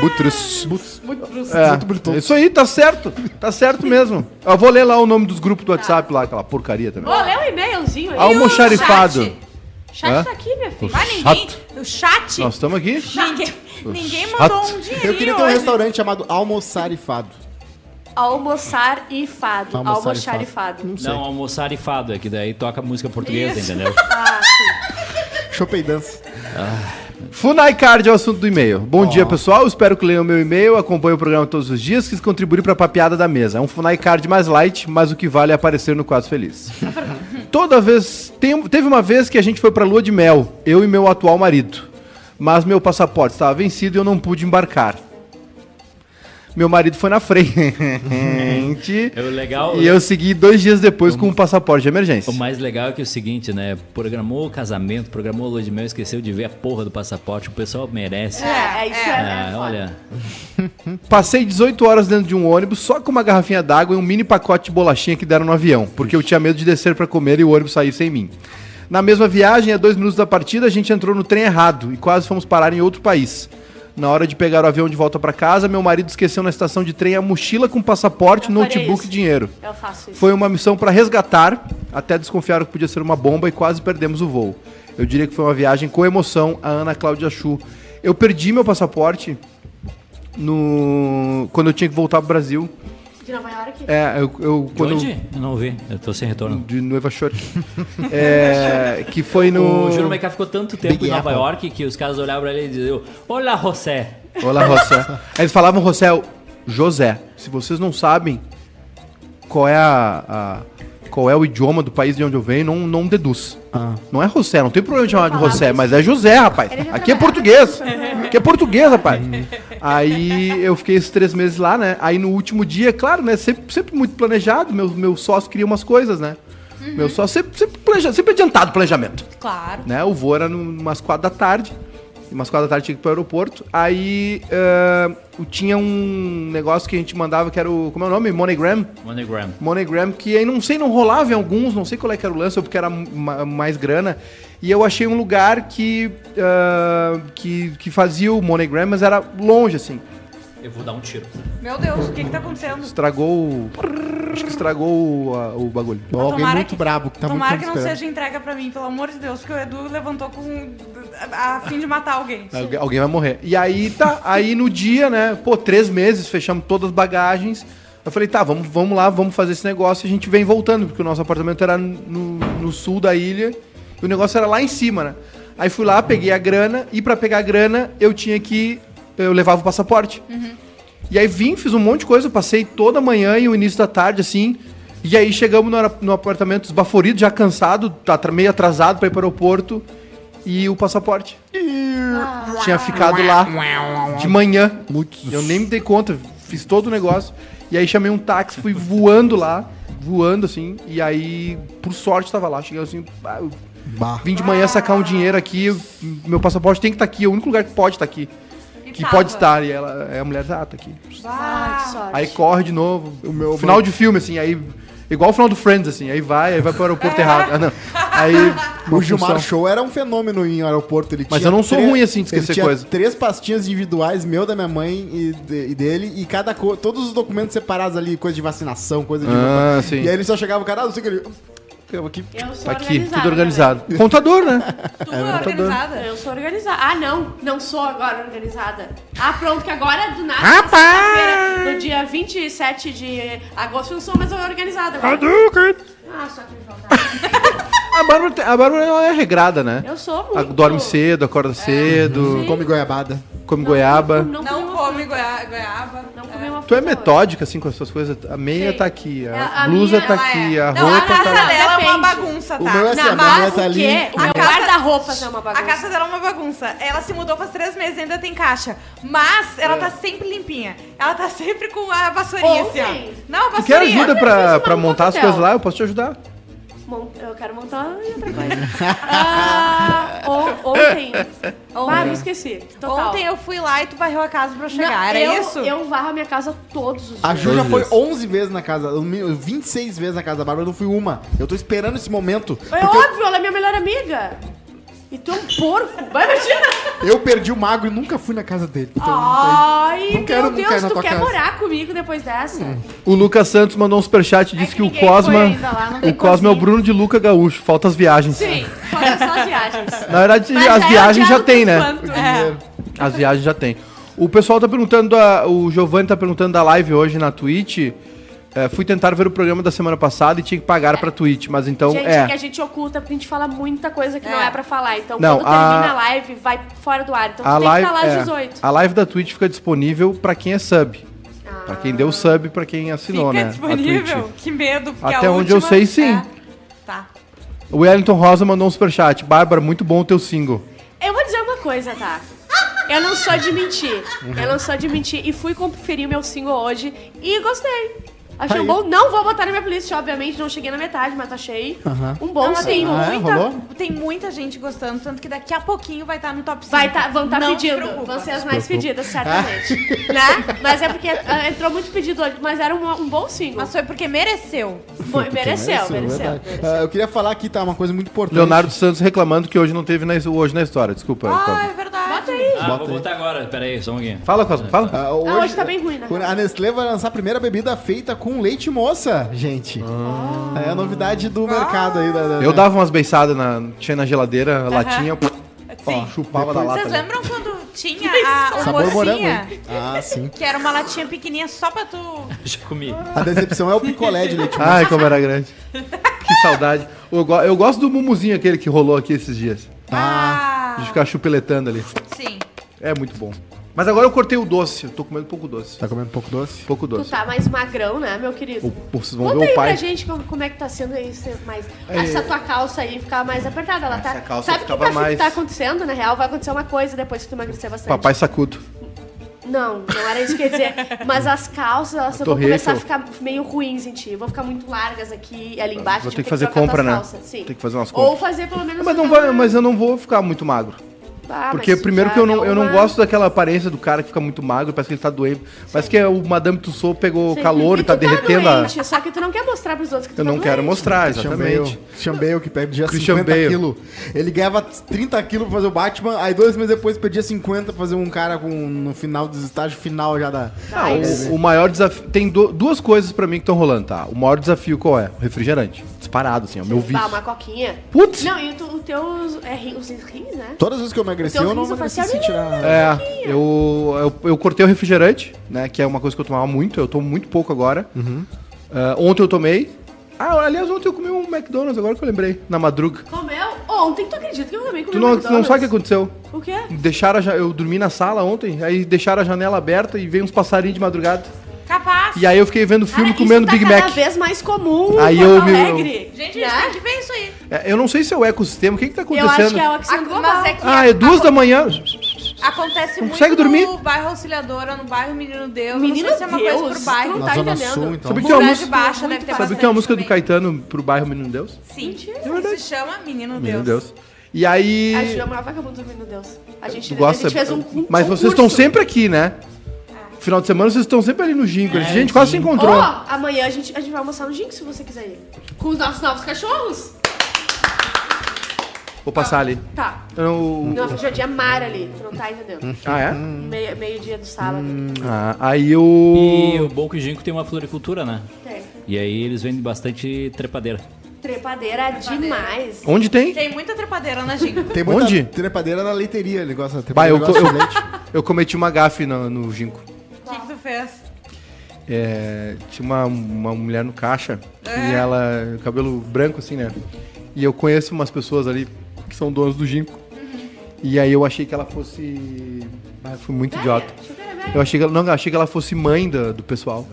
S4: Butrus.
S3: Muito bonito.
S4: É, isso aí, tá certo. Tá certo mesmo. Eu vou ler lá o nome dos grupos do WhatsApp lá, aquela porcaria
S1: Ô,
S4: também.
S1: lê um e-mailzinho aí.
S2: Almo-
S4: Almoxarifado.
S2: chat?
S1: Chat
S4: Hã?
S1: tá aqui, minha filha.
S2: Mas ninguém. O chat.
S4: Nós estamos aqui.
S2: Ninguém, ninguém mandou
S4: Chato.
S2: um dinheirinho.
S3: Eu queria ter um
S2: hoje.
S3: restaurante chamado Almoçarifado.
S1: Almoçar e fado.
S3: Almoçarifado.
S1: Almoçar e
S3: Hum.
S1: fado.
S5: Não, almoçar e fado, é que daí toca música portuguesa,
S2: Isso.
S5: entendeu?
S3: Chopei dança.
S4: Funai Card é o assunto do e-mail. Bom dia, pessoal. Espero que leiam o meu e-mail, acompanhem o programa todos os dias, quis contribuir para a papiada da mesa. É um Funai Card mais light, mas o que vale é aparecer no quadro feliz. Toda vez. tem- teve uma vez que a gente foi pra lua de mel, eu e meu atual marido. Mas meu passaporte estava vencido e eu não pude embarcar. Meu marido foi na frente.
S5: É o legal.
S4: e eu segui dois dias depois com um passaporte de emergência.
S5: O mais legal é que é o seguinte, né? Programou o casamento, programou a lua de mel, esqueceu de ver a porra do passaporte. O pessoal merece.
S1: É, é isso. É, é
S5: Ah,
S1: foda.
S5: olha.
S4: Passei 18 horas dentro de um ônibus só com uma garrafinha d'água e um mini pacote de bolachinha que deram no avião, porque eu tinha medo de descer pra comer e o ônibus sair sem mim. Na mesma viagem, a dois minutos da partida, a gente entrou no trem errado e quase fomos parar em outro país. Na hora de pegar o avião de volta pra casa, meu marido esqueceu na estação de trem a mochila com passaporte,
S1: Eu faria
S4: notebook
S1: isso.
S4: e dinheiro.
S1: Eu faço isso.
S4: Foi uma missão pra resgatar, até desconfiaram que podia ser uma bomba e quase perdemos o voo. Eu diria que foi uma viagem com emoção, a Ana Cláudia Chu. Eu perdi meu passaporte no quando eu tinha que voltar pro Brasil.
S1: De Nova York?
S4: É, eu, eu
S5: De
S4: quando
S5: onde? Eu não vi. Eu tô sem retorno.
S4: de Nova York. É, que foi no
S5: O Júlio Maiká ficou tanto tempo
S3: Big
S5: em Nova
S3: Apple.
S5: York que os caras olhavam pra ele e diziam: Olá, José.
S4: Olá, José. Eles falavam José, José. Se vocês não sabem qual é a, a- qual é o idioma do país de onde eu venho, não, não deduz. Não é José, não tem problema de chamar de José, mas é José, rapaz. Aqui é português. Aqui é português, rapaz. Aí eu fiquei esses três meses lá, né? Aí no último dia, claro, né? Sempre, sempre muito planejado. Meu, meu sócio queria umas coisas, né? Meu sócio sempre, sempre, planeja, sempre adiantado o planejamento
S2: Claro.
S4: né? O voo era no- umas quatro da tarde. umas quatro da tarde tinha que ir pro aeroporto. Aí ah, tinha um negócio que a gente mandava que era o. Como é o nome? MoneyGram?
S5: MoneyGram.
S4: MoneyGram, que aí não sei, não rolava em alguns, não sei qual é que era o lance, ou porque era ma- mais grana. E eu achei um lugar que, ah, que, que fazia o MoneyGram, mas era longe, assim.
S5: Eu vou dar um tiro.
S2: Meu Deus, o que que tá acontecendo?
S4: Estragou o... Acho que estragou o, a- o bagulho.
S3: Ou alguém
S2: Tomara
S3: muito
S2: que-
S3: brabo que tá muito
S2: Tomara
S3: tempo
S2: que não
S3: esperando.
S2: seja entrega pra mim, pelo amor de Deus, porque o Edu levantou com... a a fim de matar alguém.
S4: Algu- alguém vai morrer. E aí tá, aí no dia, né? Pô, três meses, fechamos todas as bagagens. Eu falei, tá, vamos, vamos lá, vamos fazer esse negócio e a gente vem voltando, porque o nosso apartamento era no, no sul da ilha e o negócio era lá em cima, né? Aí fui lá, peguei a grana e pra pegar a grana eu tinha que. Eu levava o passaporte. E aí vim, fiz um monte de coisa, passei toda a manhã e o início da tarde, assim. E aí chegamos no, ara- no apartamento esbaforido, já cansado, tá tra- meio atrasado pra ir pro aeroporto. E o passaporte. Tinha ficado lá de manhã.
S3: Muitos.
S4: Eu nem me dei conta, fiz todo o negócio. E aí chamei um táxi, fui voando lá, voando assim. E aí, por sorte, tava lá. Cheguei assim, ah, eu
S3: Bah.
S4: vim de manhã sacar um dinheiro aqui. eu- Meu passaporte tem que estar aqui, é o único lugar que pode estar aqui.
S2: E
S4: Que
S2: tava.
S4: pode estar. E ela, aí a mulher, ah, tá aqui.
S1: Ah, que
S2: Ah,
S1: sorte.
S4: Aí corre de novo.
S3: O meu-
S4: final de filme, assim, aí. Igual o final do Friends, assim, aí vai, aí vai pro aeroporto errado. Ah, não. Aí.
S3: O Gilmar
S4: função.
S3: Show era um fenômeno em aeroporto. Ele
S4: Mas
S3: tinha
S4: eu não sou
S3: três-
S4: ruim, assim, de esquecer
S3: ele tinha
S4: coisa.
S3: três pastinhas individuais, meu, da minha mãe e, de- e dele, e cada co- todos os documentos separados ali, coisa de vacinação, coisa de...
S4: Ah, sim.
S3: E aí ele só chegava, o cara, ah, não sei o que ele... Eu aqui...
S1: Eu sou
S4: Tá aqui, tudo
S1: né,
S4: organizado. Contador, né?
S2: tu é organizada?
S1: velho? Eu sou organizada. Ah, não. Não sou agora organizada. Ah, pronto, que agora do nada.
S4: Rapaz!
S1: sexta-feira, No dia 27 de agosto eu não sou mais organizada. agora. Ah, só que me faltava.
S4: A Bárbara, tem- a Bárbara ela é regrada, né?
S1: Eu sou
S4: A-
S1: muito.
S4: Dorme cedo, acorda cedo,
S1: Sim.
S3: Come goiabada.
S4: come goiaba.
S1: comi
S2: Não
S1: uma
S2: come goia- goiaba.
S1: Não comi uma
S4: Tu
S1: fruta
S4: é
S1: hoje.
S4: metódica, assim, com essas coisas? A meia
S1: Sim. É,
S4: tá aqui, a,
S1: A- a
S4: blusa
S1: minha,
S4: tá
S2: ela
S4: aqui,
S2: é.
S4: a
S2: Não,
S4: roupa
S2: a casa
S4: tá...
S1: lá.
S2: dela é uma
S1: Depende.
S2: bagunça, tá?
S3: O meu é assim,
S1: Não,
S3: a minha mulher
S1: mas
S3: tá
S1: o
S3: ali...
S1: quê? O meu
S2: casa-
S1: guarda-roupas é uma
S2: A
S1: bagunça.
S2: casa dela é uma bagunça. Ela se mudou faz três meses e ainda tem caixa. Mas
S1: É.
S2: ela tá sempre limpinha. Ela tá sempre com a vassourinha assim,
S1: Ontem.
S2: ó. Não, a
S4: Tu quer
S2: vassourinha.
S4: ajuda
S1: Eu
S4: pra,
S1: fiz
S4: pra
S1: uma
S4: montar as
S1: coquetel.
S4: coisas lá? Eu posso te ajudar.
S1: Mon- Eu quero montar outra coisa. ah, on- ontem. Ah, me esqueci. Total.
S2: Ontem eu fui lá e tu varreu a casa pra eu
S1: Não,
S2: chegar. Era
S1: eu,
S2: isso?
S1: Eu varro a minha casa todos os dias.
S3: A Ju
S4: Meu
S3: já foi
S4: Deus.
S3: 11 vezes na casa, o meu- 26 vezes na casa da Bárbara, eu não fui uma. Eu tô esperando esse momento.
S1: É
S3: porque eu-
S1: óbvio, ela é minha melhor amiga. E tu é um porco. Vai, imagina.
S3: Eu perdi o magro e nunca fui na casa dele. Então,
S1: Ah, Ai,
S3: Não quero
S1: meu
S3: nunca ir
S1: Deus,
S3: na
S1: tu
S3: tua
S1: quer
S3: casa.
S1: morar comigo depois dessa?
S4: O Lucas Santos mandou um superchat e
S1: É
S4: disse que,
S1: que
S4: o
S1: ninguém
S4: Cosma.
S1: foi ainda lá, não tem
S4: o Cosma é o
S1: cozinha.
S4: Bruno de Luca Gaúcho, falta as viagens.
S1: Sim, foram só as viagens.
S4: Na verdade,
S1: Mas
S4: as
S1: é
S4: viagens já
S1: odiado
S4: tem, né?
S1: tanto quanto.
S2: É.
S4: As viagens já tem. O pessoal tá perguntando, da- o Giovanni tá perguntando da live hoje na Twitch. É, fui tentar ver o programa da semana passada e tinha que pagar pra Twitch, mas então
S1: gente,
S4: é.
S1: que a gente oculta, porque a gente fala muita coisa que
S2: É.
S1: não é pra falar. Então,
S4: Não,
S1: quando
S4: a-
S1: termina a live, vai fora do ar. Então,
S4: A
S1: tu tem
S4: live,
S1: que falar às
S4: é,
S1: 18.
S4: a live da Twitch fica disponível pra quem é sub.
S1: Ah.
S4: Pra quem deu sub, pra quem assinou,
S2: Fica
S4: né? a
S2: disponível.
S4: Twitch.
S2: Que medo, porque
S4: Até
S2: a
S4: onde eu
S2: última-
S4: sei, sim.
S2: É. Tá.
S4: O Wellington Rosa mandou um superchat. Bárbara, muito bom o teu single.
S1: Eu vou dizer uma coisa, tá? Eu não sou de mentir. Eu não sou de mentir. E fui conferir meu single hoje e gostei. Achei um
S3: Aí.
S1: bom. Não vou botar na minha playlist, obviamente, não cheguei na metade, mas achei
S3: Aham.
S1: um bom
S2: Não, mas tem,
S1: single.
S3: Ah, é?
S2: muita,
S3: Rolou?
S2: tem muita gente gostando, tanto que daqui a pouquinho vai estar no top 5.
S1: Vai tá, vão estar
S2: Não se
S1: pedindo. é-
S2: preocupa.
S1: Vão ser as mais pedidas, certamente. né? Mas é porque ah, entrou muito pedido hoje, mas era um, um bom single.
S2: Mas foi porque mereceu.
S1: Foi- mereceu,
S3: Isso,
S1: mereceu.
S3: verdade. Ah, eu queria falar aqui, tá, uma coisa muito importante.
S4: Leonardo Santos reclamando que hoje não teve na, hoje na história. Desculpa.
S2: Ah,
S4: Cosma.
S2: é verdade.
S1: Bota aí.
S5: Ah,
S3: Bota
S5: vou
S3: aí.
S5: botar agora. Pera aí, só um pouquinho.
S4: Fala, Cosma, fala.
S3: Ah,
S1: Ah, hoje tá bem ruim, né?
S3: A Nestlé vai lançar a primeira bebida feita com leite moça, gente. É a novidade do mercado aí. Da, da-
S4: Eu dava umas beiçadas na. Tinha na geladeira, a latinha, pô,
S2: Sim.
S4: chupava da lata.
S2: Vocês lembram quando tinha a o
S3: Sabor morango,
S2: mocinha?
S3: hein? Ah, sim.
S2: Que era uma latinha pequenininha só pra tu...
S5: Já comi.
S3: A decepção é o picolé de leite moça.
S4: Ai, como era grande. Que saudade. Eu, go- eu gosto do mumuzinho aquele que rolou aqui esses dias.
S1: Tá.
S2: Ah,
S4: De ficar chupeletando ali.
S2: sim.
S4: É muito bom. Mas agora eu cortei o doce. Eu tô comendo pouco doce.
S3: Tá comendo um pouco doce?
S4: Pouco
S1: Tu
S4: doce.
S1: tá mais magrão, né, meu querido?
S4: O- pô, vocês vão
S1: Conta
S4: ver
S1: aí
S4: o pai. É.
S1: pra gente como, como é que tá sendo aí, ser mais... Essa tua calça aí ficava mais apertada, ela tá...
S4: Essa calça
S1: Sabe o que
S4: ficava
S1: tá,
S4: mais-
S1: tá acontecendo, na real? Vai acontecer uma coisa depois que tu emagrecer bastante.
S4: Papai sacudo.
S1: Não, não era isso que eu ia dizer. Mas as calças, elas vão
S4: Torre
S1: começar a
S4: Eiffel.
S1: ficar meio ruins em ti. Vão ficar muito largas aqui e ali embaixo.
S4: Vou
S1: tipo,
S4: ter
S1: tem
S4: que fazer
S1: trocar tuas
S4: compra, né?
S1: calças, Sim.
S4: Tem que fazer umas
S1: Ou
S4: compras.
S1: fazer pelo menos...
S4: Mas, não
S1: uma-
S4: vai, mas eu não vou ficar muito magro.
S1: Bah,
S4: Porque
S1: mas
S4: primeiro
S1: já
S4: que eu não,
S1: deu
S4: eu não
S1: uma-
S4: gosto daquela aparência do cara que fica muito magro, parece que ele tá doente. Parece que o Madame Tussauds pegou
S1: Sim.
S4: calor e tá
S1: tu
S4: derretendo a...
S1: doente, Só que tu não quer mostrar pros outros que tu
S4: Eu
S1: tá
S4: não quero
S1: doente.
S4: mostrar,
S3: Christian Bale,
S4: exatamente.
S3: Christian Bale, que perdia
S4: Christian
S3: 50
S4: Bale.
S3: quilos. Ele ganhava 30 quilos pra fazer o Batman, aí dois meses depois perdia 50 pra fazer um cara com, no final dos estágios final já da...
S1: Ah, isso.
S4: O, o maior desafio... Tem du- duas coisas pra mim que estão rolando, tá? O maior desafio qual é? O refrigerante. Disparado, assim, é o meu
S1: Bah,
S4: vício.
S1: uma coquinha.
S4: Putz!
S1: Não, e o, tu- o teus. É, ri- os rins, né?
S3: Todas as vezes que eu emagreci,
S1: Então,
S3: eu não
S1: riso
S3: emagreci
S1: facial,
S3: se tirar...
S4: É, eu, eu, eu cortei o refrigerante, né? Que é uma coisa que eu tomava muito, eu tomo muito pouco agora. Ah, ontem eu tomei. Ah, aliás, ontem eu comi um McDonald's, agora que eu lembrei, na madruga.
S1: Comeu ontem, tu acredita que eu também comi
S4: Tu não, tu não
S1: McDonald's?
S4: sabe o que é aconteceu?
S1: O quê?
S4: Deixaram a ja- eu dormi na sala ontem, aí deixaram a janela aberta e veio uns passarinhos de madrugada.
S2: Capaz.
S4: E aí eu fiquei vendo filme
S1: Cara, isso
S4: comendo
S1: tá
S4: Big
S1: cada
S4: Mac.
S1: vez mais comum
S4: Aí
S1: em
S4: eu
S1: Porto
S4: me-
S1: Alegre.
S2: Gente, a gente tem
S1: né?
S2: que ver isso aí.
S4: É, Eu não sei se é o ecossistema, o que que tá
S1: Eu acho que
S4: acontecendo?
S1: é o Axel
S2: Ac-
S1: Global.
S2: mas é que
S4: Ah, é duas da manhã.
S2: ac- acontece
S4: Não
S2: muito
S4: consegue dormir?
S2: no bairro Auxiliadora, no bairro Menino Deus.
S1: Menino
S2: não sei se é uma
S1: Deus,
S2: coisa pro bairro.
S1: tu- tá entendendo.
S3: então.
S4: Sabe que é uma
S2: Muralha de
S4: música,
S2: Baixa
S1: Muito
S2: deve
S1: baixa.
S2: ter
S4: sabe
S2: bastante
S4: que é uma música do
S2: também.
S4: Caetano pro bairro Menino Deus?
S2: Sim, que se chama Menino,
S4: Menino
S2: Deus.
S4: Deus. E aí.
S1: A Ju é o maior vagabundo do Menino Deus. A gente,
S4: Tu
S1: a
S4: gosta,
S1: gente fez um, um
S4: mas
S1: um
S4: vocês estão
S1: curso.
S4: sempre aqui, né? Final de semana vocês estão sempre ali no Ginkgo. a gente quase se
S1: Ó,
S4: encontrou.
S1: amanhã a gente, a gente vai almoçar no Jinx, se você quiser ir. Com os nossos novos cachorros.
S4: Vou passar ali. Então,
S1: Tá.
S4: Eu não-
S1: Não, a feijoadinha mara ali. Tu não tá entendendo.
S4: Ah, é?
S1: Meio- Meio-dia do sábado.
S4: Ah, aí eu.
S5: E o bom que o Ginkgo tem uma floricultura, né?
S1: Tem.
S5: E aí eles vendem bastante trepadeira.
S1: Trepadeira demais.
S4: Onde tem?
S2: Tem muita trepadeira na Giga.
S3: Tem muita
S4: Onde?
S3: trepadeira na leiteria, ele gosta de
S4: Bah, eu,
S3: gosta
S4: eu-
S3: de leite.
S4: eu cometi uma gafe no, no Ginkgo.
S2: O que, que tu fez?
S4: É, tinha uma, uma mulher no caixa e ela, cabelo branco assim, né? E eu conheço umas pessoas ali que são donas do Ginkgo. E aí eu achei que ela fosse. Ah, fui muito idiota.
S1: né?
S4: Eu achei que ela, não, eu achei que ela fosse mãe da- do pessoal.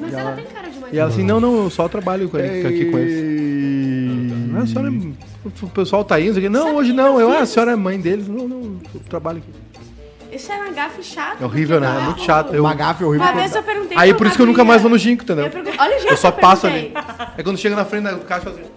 S1: Mas ela tem cara de mais.
S4: E ela assim, não, não, eu só trabalho com ele, aqui com eles.
S3: Ei.
S4: Ah, a senhora, o pessoal tá indo, isso aqui. não, hoje não, eu, ah, a senhora é mãe deles, não, não, eu trabalho aqui.
S1: Isso é uma gafe chata.
S4: É horrível, né? É
S1: um
S4: muito chato. Eu-
S3: Uma gafe horrível.
S1: Uma vez eu perguntei
S4: Aí
S1: pra
S4: por
S1: uma
S4: isso que eu nunca
S1: guria-
S4: mais vou no Ginkgo, entendeu?
S1: Eu perguntei- Olha o jeito
S4: Eu só
S1: que
S4: passo ali.
S1: perguntei.
S4: É quando chega na frente da caixa, faz assim.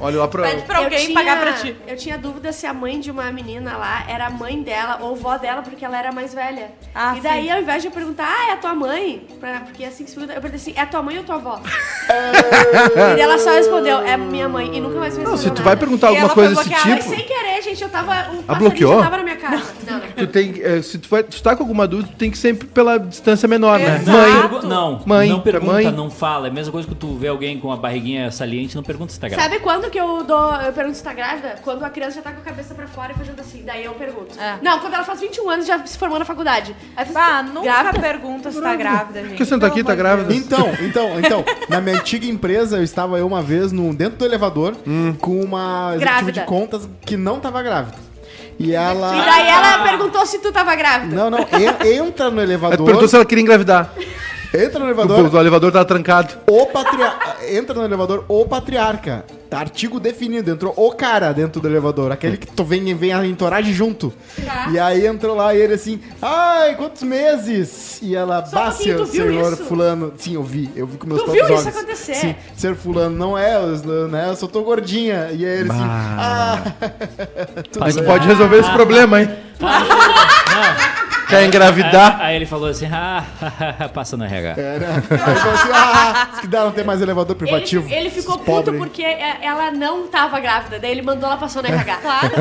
S4: Olha lá pra.
S2: Pede pra
S1: Eu
S2: alguém
S1: tinha-
S2: pagar pra ti.
S1: Eu tinha dúvida se a mãe de uma menina lá era a mãe dela ou vó dela, porque ela era mais velha.
S2: Ah,
S1: e daí,
S2: sim.
S1: ao invés de eu perguntar, ah, é a tua mãe? Pra- porque assim que se pergunta, eu perguntei assim, é a tua mãe ou tua avó? e daí ela só respondeu, é minha mãe. E nunca mais me
S4: Não,
S1: respondeu
S4: se tu vai
S1: nada.
S4: perguntar
S2: né? E
S4: alguma
S2: ela
S4: coisa
S2: foi
S4: desse
S2: bloqueada,
S1: Mas
S4: tipo,
S1: sem querer, gente, eu tava... Um passarinho
S4: bloqueou?
S1: já tava na minha casa. Não, não.
S4: tu tem, eh, se tu, vai, se tu tá com alguma dúvida, tu tem que sempre pela distância menor, né?
S2: Exato.
S4: Mãe.
S5: Pergu- Não,
S4: Mãe,
S5: não pergunta,
S4: mãe.
S5: não fala. É a mesma coisa que tu vê alguém com a barriguinha saliente, não pergunta se tá grávida.
S1: Sabe quando que eu dou. Eu pergunto se tá grávida? Quando a criança já tá com a cabeça pra fora e fazendo assim. Daí eu pergunto.
S2: É.
S1: Não, quando ela faz 21 anos e já se formou na faculdade. Aí eu falo,
S2: Bah, nunca
S1: Grávida?
S2: pergunta se tá grávida, gente.
S4: que você não tá aqui, tá
S2: amor de
S4: grávida?
S2: Deus.
S3: Então, então, então, na minha antiga empresa, eu estava eu uma vez no, dentro do elevador
S4: Hum.
S3: com uma executiva
S1: Grávida.
S3: de contas que não tava grávida. E ela.
S1: E daí ela perguntou se tu tava grávida.
S3: Não, não, e- entra no
S4: Ela te É, perguntou
S3: elevador.
S4: se ela queria engravidar.
S3: Entra no
S4: O,
S3: elevador.
S4: o elevador tava trancado.
S3: O patriarca. Entra no elevador o patriarca. Tá Artigo definido, entrou o cara dentro do elevador, aquele que tu vem, vem a entoragem junto.
S2: Tá.
S3: E aí entrou lá e ele assim, ai, quantos meses? E ela,
S1: Só um
S3: bah,
S1: pouquinho,
S3: senhor,
S1: tu viu
S3: senhor
S1: isso?"
S3: fulano. Sim, eu vi, eu vi com meus
S1: Tu
S3: próprios
S1: viu
S3: olhos.
S1: isso acontecer?
S3: Sim, senhor fulano, não é, eu, né, eu só tô gordinha. E aí ele assim,
S4: Bah.
S3: ah, tudo
S4: A gente
S3: bem.
S4: pode resolver esse problema, hein? Quer engravidar?
S5: Aí ele falou assim, ah, passa no RH.
S3: É, né? Aí ele falou assim, ah, isso que dá, não tem mais elevador privativo.
S1: Ele, ele ficou
S3: Esses
S1: puto
S3: pobres.
S1: porque é- ela não tava grávida. Daí ele mandou ela passou na RH. Claro.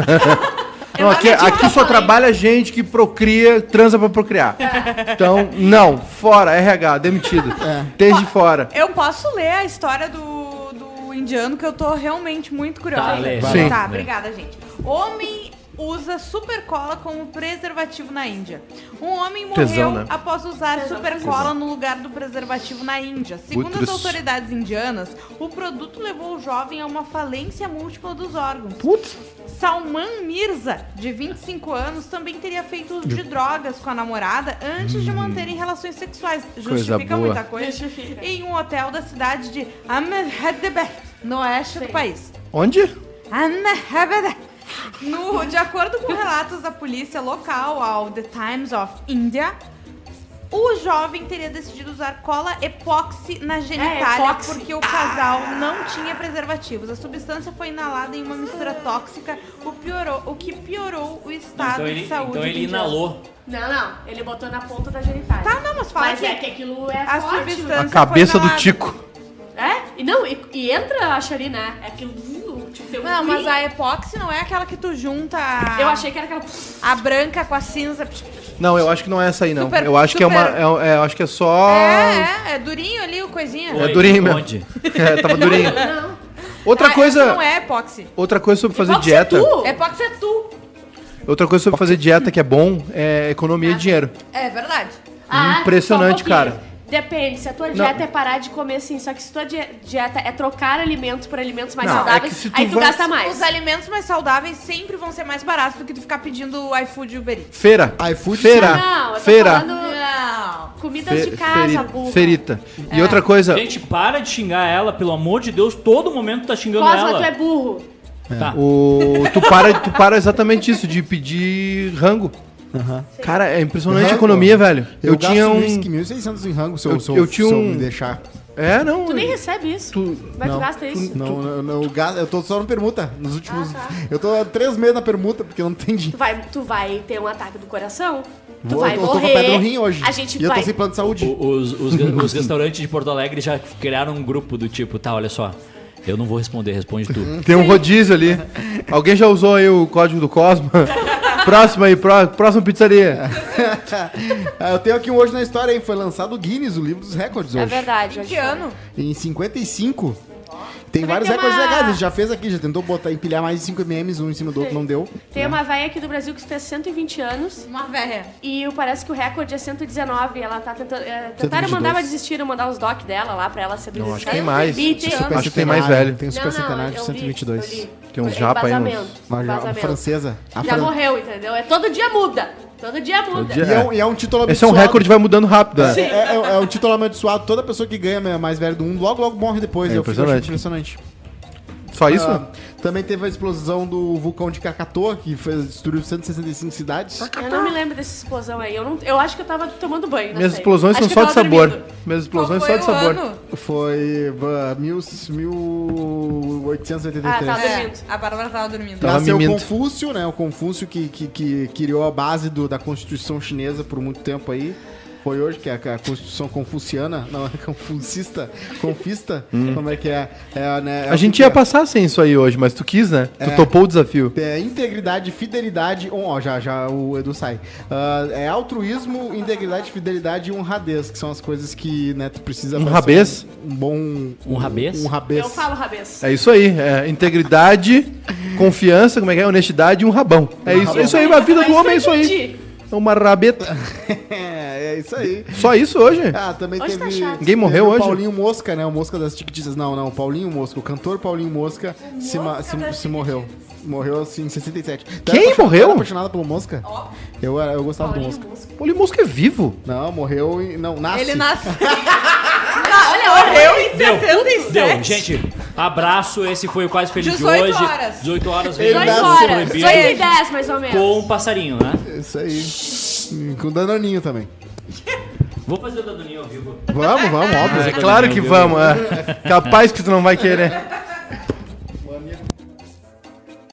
S2: É.
S4: Não, aqui, aqui só trabalha gente que procria, transa pra procriar.
S2: É.
S4: Então, não, fora, RH, demitido. Desde fora.
S2: Eu posso ler a história do, do indiano, que eu tô realmente muito curiosa.
S5: Tá, lê.
S4: Vai Sim.
S2: Tá,
S5: Lê.
S2: obrigada, gente. Homem usa supercola como preservativo na Índia. Um homem morreu
S4: Tesão, né?
S2: após usar supercola no lugar do preservativo na Índia. Segundo
S4: Putz.
S2: as autoridades indianas, o produto levou o jovem a uma falência múltipla dos órgãos.
S4: Putz.
S2: Salman Mirza, de 25 anos, também teria feito uso de drogas com a namorada antes de manterem relações sexuais. Justifica
S4: boa.
S2: muita coisa. Em um hotel da cidade de Ahmedabad, no oeste do país.
S4: Onde?
S2: Ahmedabad. No, de acordo com relatos da polícia local ao The Times of India, o jovem teria decidido usar cola epóxi na genitália
S1: epóxi.
S2: porque o casal não tinha preservativos. A substância foi inalada em uma mistura tóxica, o, piorou- o que piorou o estado
S5: Então ele,
S2: de saúde.
S5: então
S2: do
S5: ele
S2: idoso.
S5: inalou.
S1: Não, não. Ele botou na ponta da genitália.
S2: Tá, não, mas fala
S1: Mas
S2: que
S1: é que aquilo é
S2: a
S1: forte.
S2: substância-
S4: A cabeça
S2: foi na
S4: do
S2: lata.
S4: Tico.
S1: É? E não, e, e entra a Xari, né? É aquilo. Tipo, tem um
S2: Não, mas
S1: clean.
S2: a epóxi não é aquela que tu junta a,
S1: Eu achei que era aquela.
S2: a branca com a cinza.
S4: Não, eu acho que não é essa aí, não.
S2: Super-
S4: eu acho que é
S2: super-
S4: uma. É, é, eu acho que é só.
S2: É, é, é durinho ali o coisinha.
S5: Oi,
S4: durinho mesmo.
S5: onde?
S4: É, tava durinho.
S1: Não.
S4: Outra
S2: Ah,
S4: coisa.
S2: essa Não é epóxi.
S4: Outra coisa sobre fazer
S1: Epóxi é
S4: dieta.
S1: tu.
S2: Epóxi é tu.
S4: Outra coisa sobre fazer dieta que é bom é economia de dinheiro.
S2: É verdade.
S1: Ah,
S4: Impressionante,
S1: só um pouquinho.
S4: cara.
S1: Depende, se a tua dieta é parar de comer assim, só que se tua die- dieta é trocar alimentos por alimentos mais
S4: Não, é
S1: saudáveis,
S4: que se tu
S1: aí tu
S4: vai-
S1: gasta mais.
S2: Os alimentos mais saudáveis sempre vão ser mais baratos do que tu ficar pedindo iFood e Uber Eats.
S4: Feira.
S3: iFood,
S4: Feira.
S1: Não, eu tô
S4: Feira.
S1: falando
S2: Não.
S1: comidas
S4: Fe-
S1: de casa, É.
S4: feri-
S1: burro.
S4: Ferita. E outra coisa.
S5: Gente, para de xingar ela, pelo amor de Deus. Todo momento tá xingando
S1: Cosma,
S5: ela.
S1: tu é burro.
S5: Tá.
S4: É. O, tu, para, tu para exatamente isso, de pedir rango. Cara, é impressionante a
S3: Rango.
S4: economia, velho. Eu,
S3: gasto
S4: tinha um.
S3: 1.600 em rango se eu,
S4: Eu-
S3: se eu,
S4: eu tinha
S3: se eu
S4: um-
S3: me deixar.
S4: É, não.
S1: Tu nem recebe isso.
S4: tu-
S1: Mas
S3: Não.
S1: tu gasta isso. Ah, tá.
S3: Não, eu, não- eu gasto- eu tô só no permuta. Nos últimos. Eu tô há três meses na permuta, porque eu não tenho
S1: Tu
S3: dinheiro.
S1: vai, tu vai ter um ataque do coração. Tu
S3: Vou-
S1: vai
S3: eu tô com
S1: morrer.
S3: pedra no rim hoje.
S1: A gente
S3: e eu
S1: vai.
S3: tô sem plano de saúde.
S5: O- Os, os, os restaurantes de Porto Alegre já criaram um grupo do tipo, tá, olha só, eu não vou responder, responde tu.
S4: Tem um rodízio ali. Alguém já usou aí o código do Cosma? Próximo aí, pró- próxima pizzaria.
S3: Ah, eu tenho aqui um hoje na história, hein? Foi lançado o Guinness, o livro dos recordes
S1: É
S3: hoje.
S1: verdade,
S2: Em
S1: hoje
S2: que
S1: foi.
S2: ano?
S3: Em 55. Tem
S1: Também
S3: vários
S1: tem
S3: recordes
S1: é uma-
S3: legais. A gente já fez aqui, já tentou botar, empilhar mais de 5 MMs um em cima do outro, não deu.
S1: Tem uma véia aqui do Brasil que fez 120 anos
S2: Uma velha.
S1: e eu- parece que o recorde é 119. Ela tá tentando. é, tentaram mandar ela desistir, mandar os doc dela lá pra ela ser do
S4: acho que tem mais.
S1: E tem,
S4: Super- Acho que tem mais velho.
S3: Tem o Super Centenário de 122.
S4: Tem uns é um japa aí, uns-
S3: Uma, uma francesa. A
S1: Já
S3: fran-
S1: morreu, entendeu? É todo dia muda. Todo dia muda.
S4: dia-
S3: E é, um, e é um título
S4: Esse é um
S3: abençoado.
S4: recorde, vai mudando rápido. né?
S3: É, é, é, é um título abençoado. Toda pessoa que ganha é mais velho do mundo, logo, logo morre depois.
S4: É
S3: Eu fico
S4: impressionante.
S3: achando impressionante.
S4: Só isso?
S3: Ah, também teve a explosão do vulcão de Krakatoa, que fez, destruiu 165 cidades.
S1: Eu não me lembro dessa explosão aí. Eu, não, eu acho que eu tava tomando banho. não
S4: Minhas
S1: sei.
S4: explosões
S1: Acho
S4: são
S1: que
S4: só
S1: eu
S4: de
S1: tava
S4: sabor.
S1: dormindo.
S4: Minhas explosões
S2: Qual
S4: só
S2: foi
S4: de
S2: o
S4: sabor.
S2: ano?
S3: Foi ah, mil, 1883.
S1: Ah, tá.
S2: É, a Bárbara tava dormindo.
S4: Tá. Tava
S3: Nasceu
S4: mimindo.
S3: Confúcio, né? O Confúcio que, que, que criou a base do- da Constituição Chinesa por muito tempo aí. Foi hoje que é a Constituição Confuciana, não é confucista, confista, como é que é? É, né, é
S4: Hum. A
S3: o
S4: gente
S3: que
S4: ia
S3: que é?
S4: passar sem isso aí hoje, mas tu quis, né? Tu topou o desafio.
S3: É integridade, fidelidade, hon- ó, já, já o Edu sai. Ah, é altruísmo, integridade, fidelidade e honradez, que são as coisas que, né, tu precisa... pra ser
S4: Honrabez?
S3: Um, um bom...
S5: Honrabez?
S3: Um rabês.
S1: Eu falo, Rabês.
S4: É isso aí. é integridade, confiança, como é que é? Honestidade e um rabão. É isso, é isso aí, a vida do homem é isso aí. É uma rabeta.
S3: é, é isso aí.
S4: Só isso hoje?
S3: Ah, também
S1: Hoje tá
S3: teve.
S1: chato.
S4: Ninguém morreu
S3: teve
S4: hoje?
S3: O Paulinho Mosca, né? O Mosca das Tiquititas. Não, não, o Paulinho Mosca, o cantor Paulinho Mosca, se, ma- se- se morreu. Morreu assim em 67. Tu era
S4: Quem
S3: apaixonado-
S4: morreu?
S3: tu era apaixonado pelo Mosca? Eu, era- eu gostava do Mosca.
S4: O Limusca é vivo.
S3: Não, morreu e. Não, nasce.
S2: Ele nasceu. Olha, morreu em
S5: Deu,
S2: 67.
S5: Deu, gente, abraço. Esse foi o Quase Feliz
S2: 18
S5: de hoje.
S2: horas.
S5: 18 horas.
S3: Ele
S5: vem
S1: Vai
S3: nasceu.
S5: Mundo
S1: embora. 18
S5: Proibido
S1: e 10, mais ou menos.
S5: um Com um passarinho, né?
S3: Isso aí. Hum, Com o Danoninho também.
S5: Vou fazer o Danoninho ao vivo.
S3: Vamos, vamos, óbvio.
S4: É claro que vamos. é. Capaz que tu não vai querer.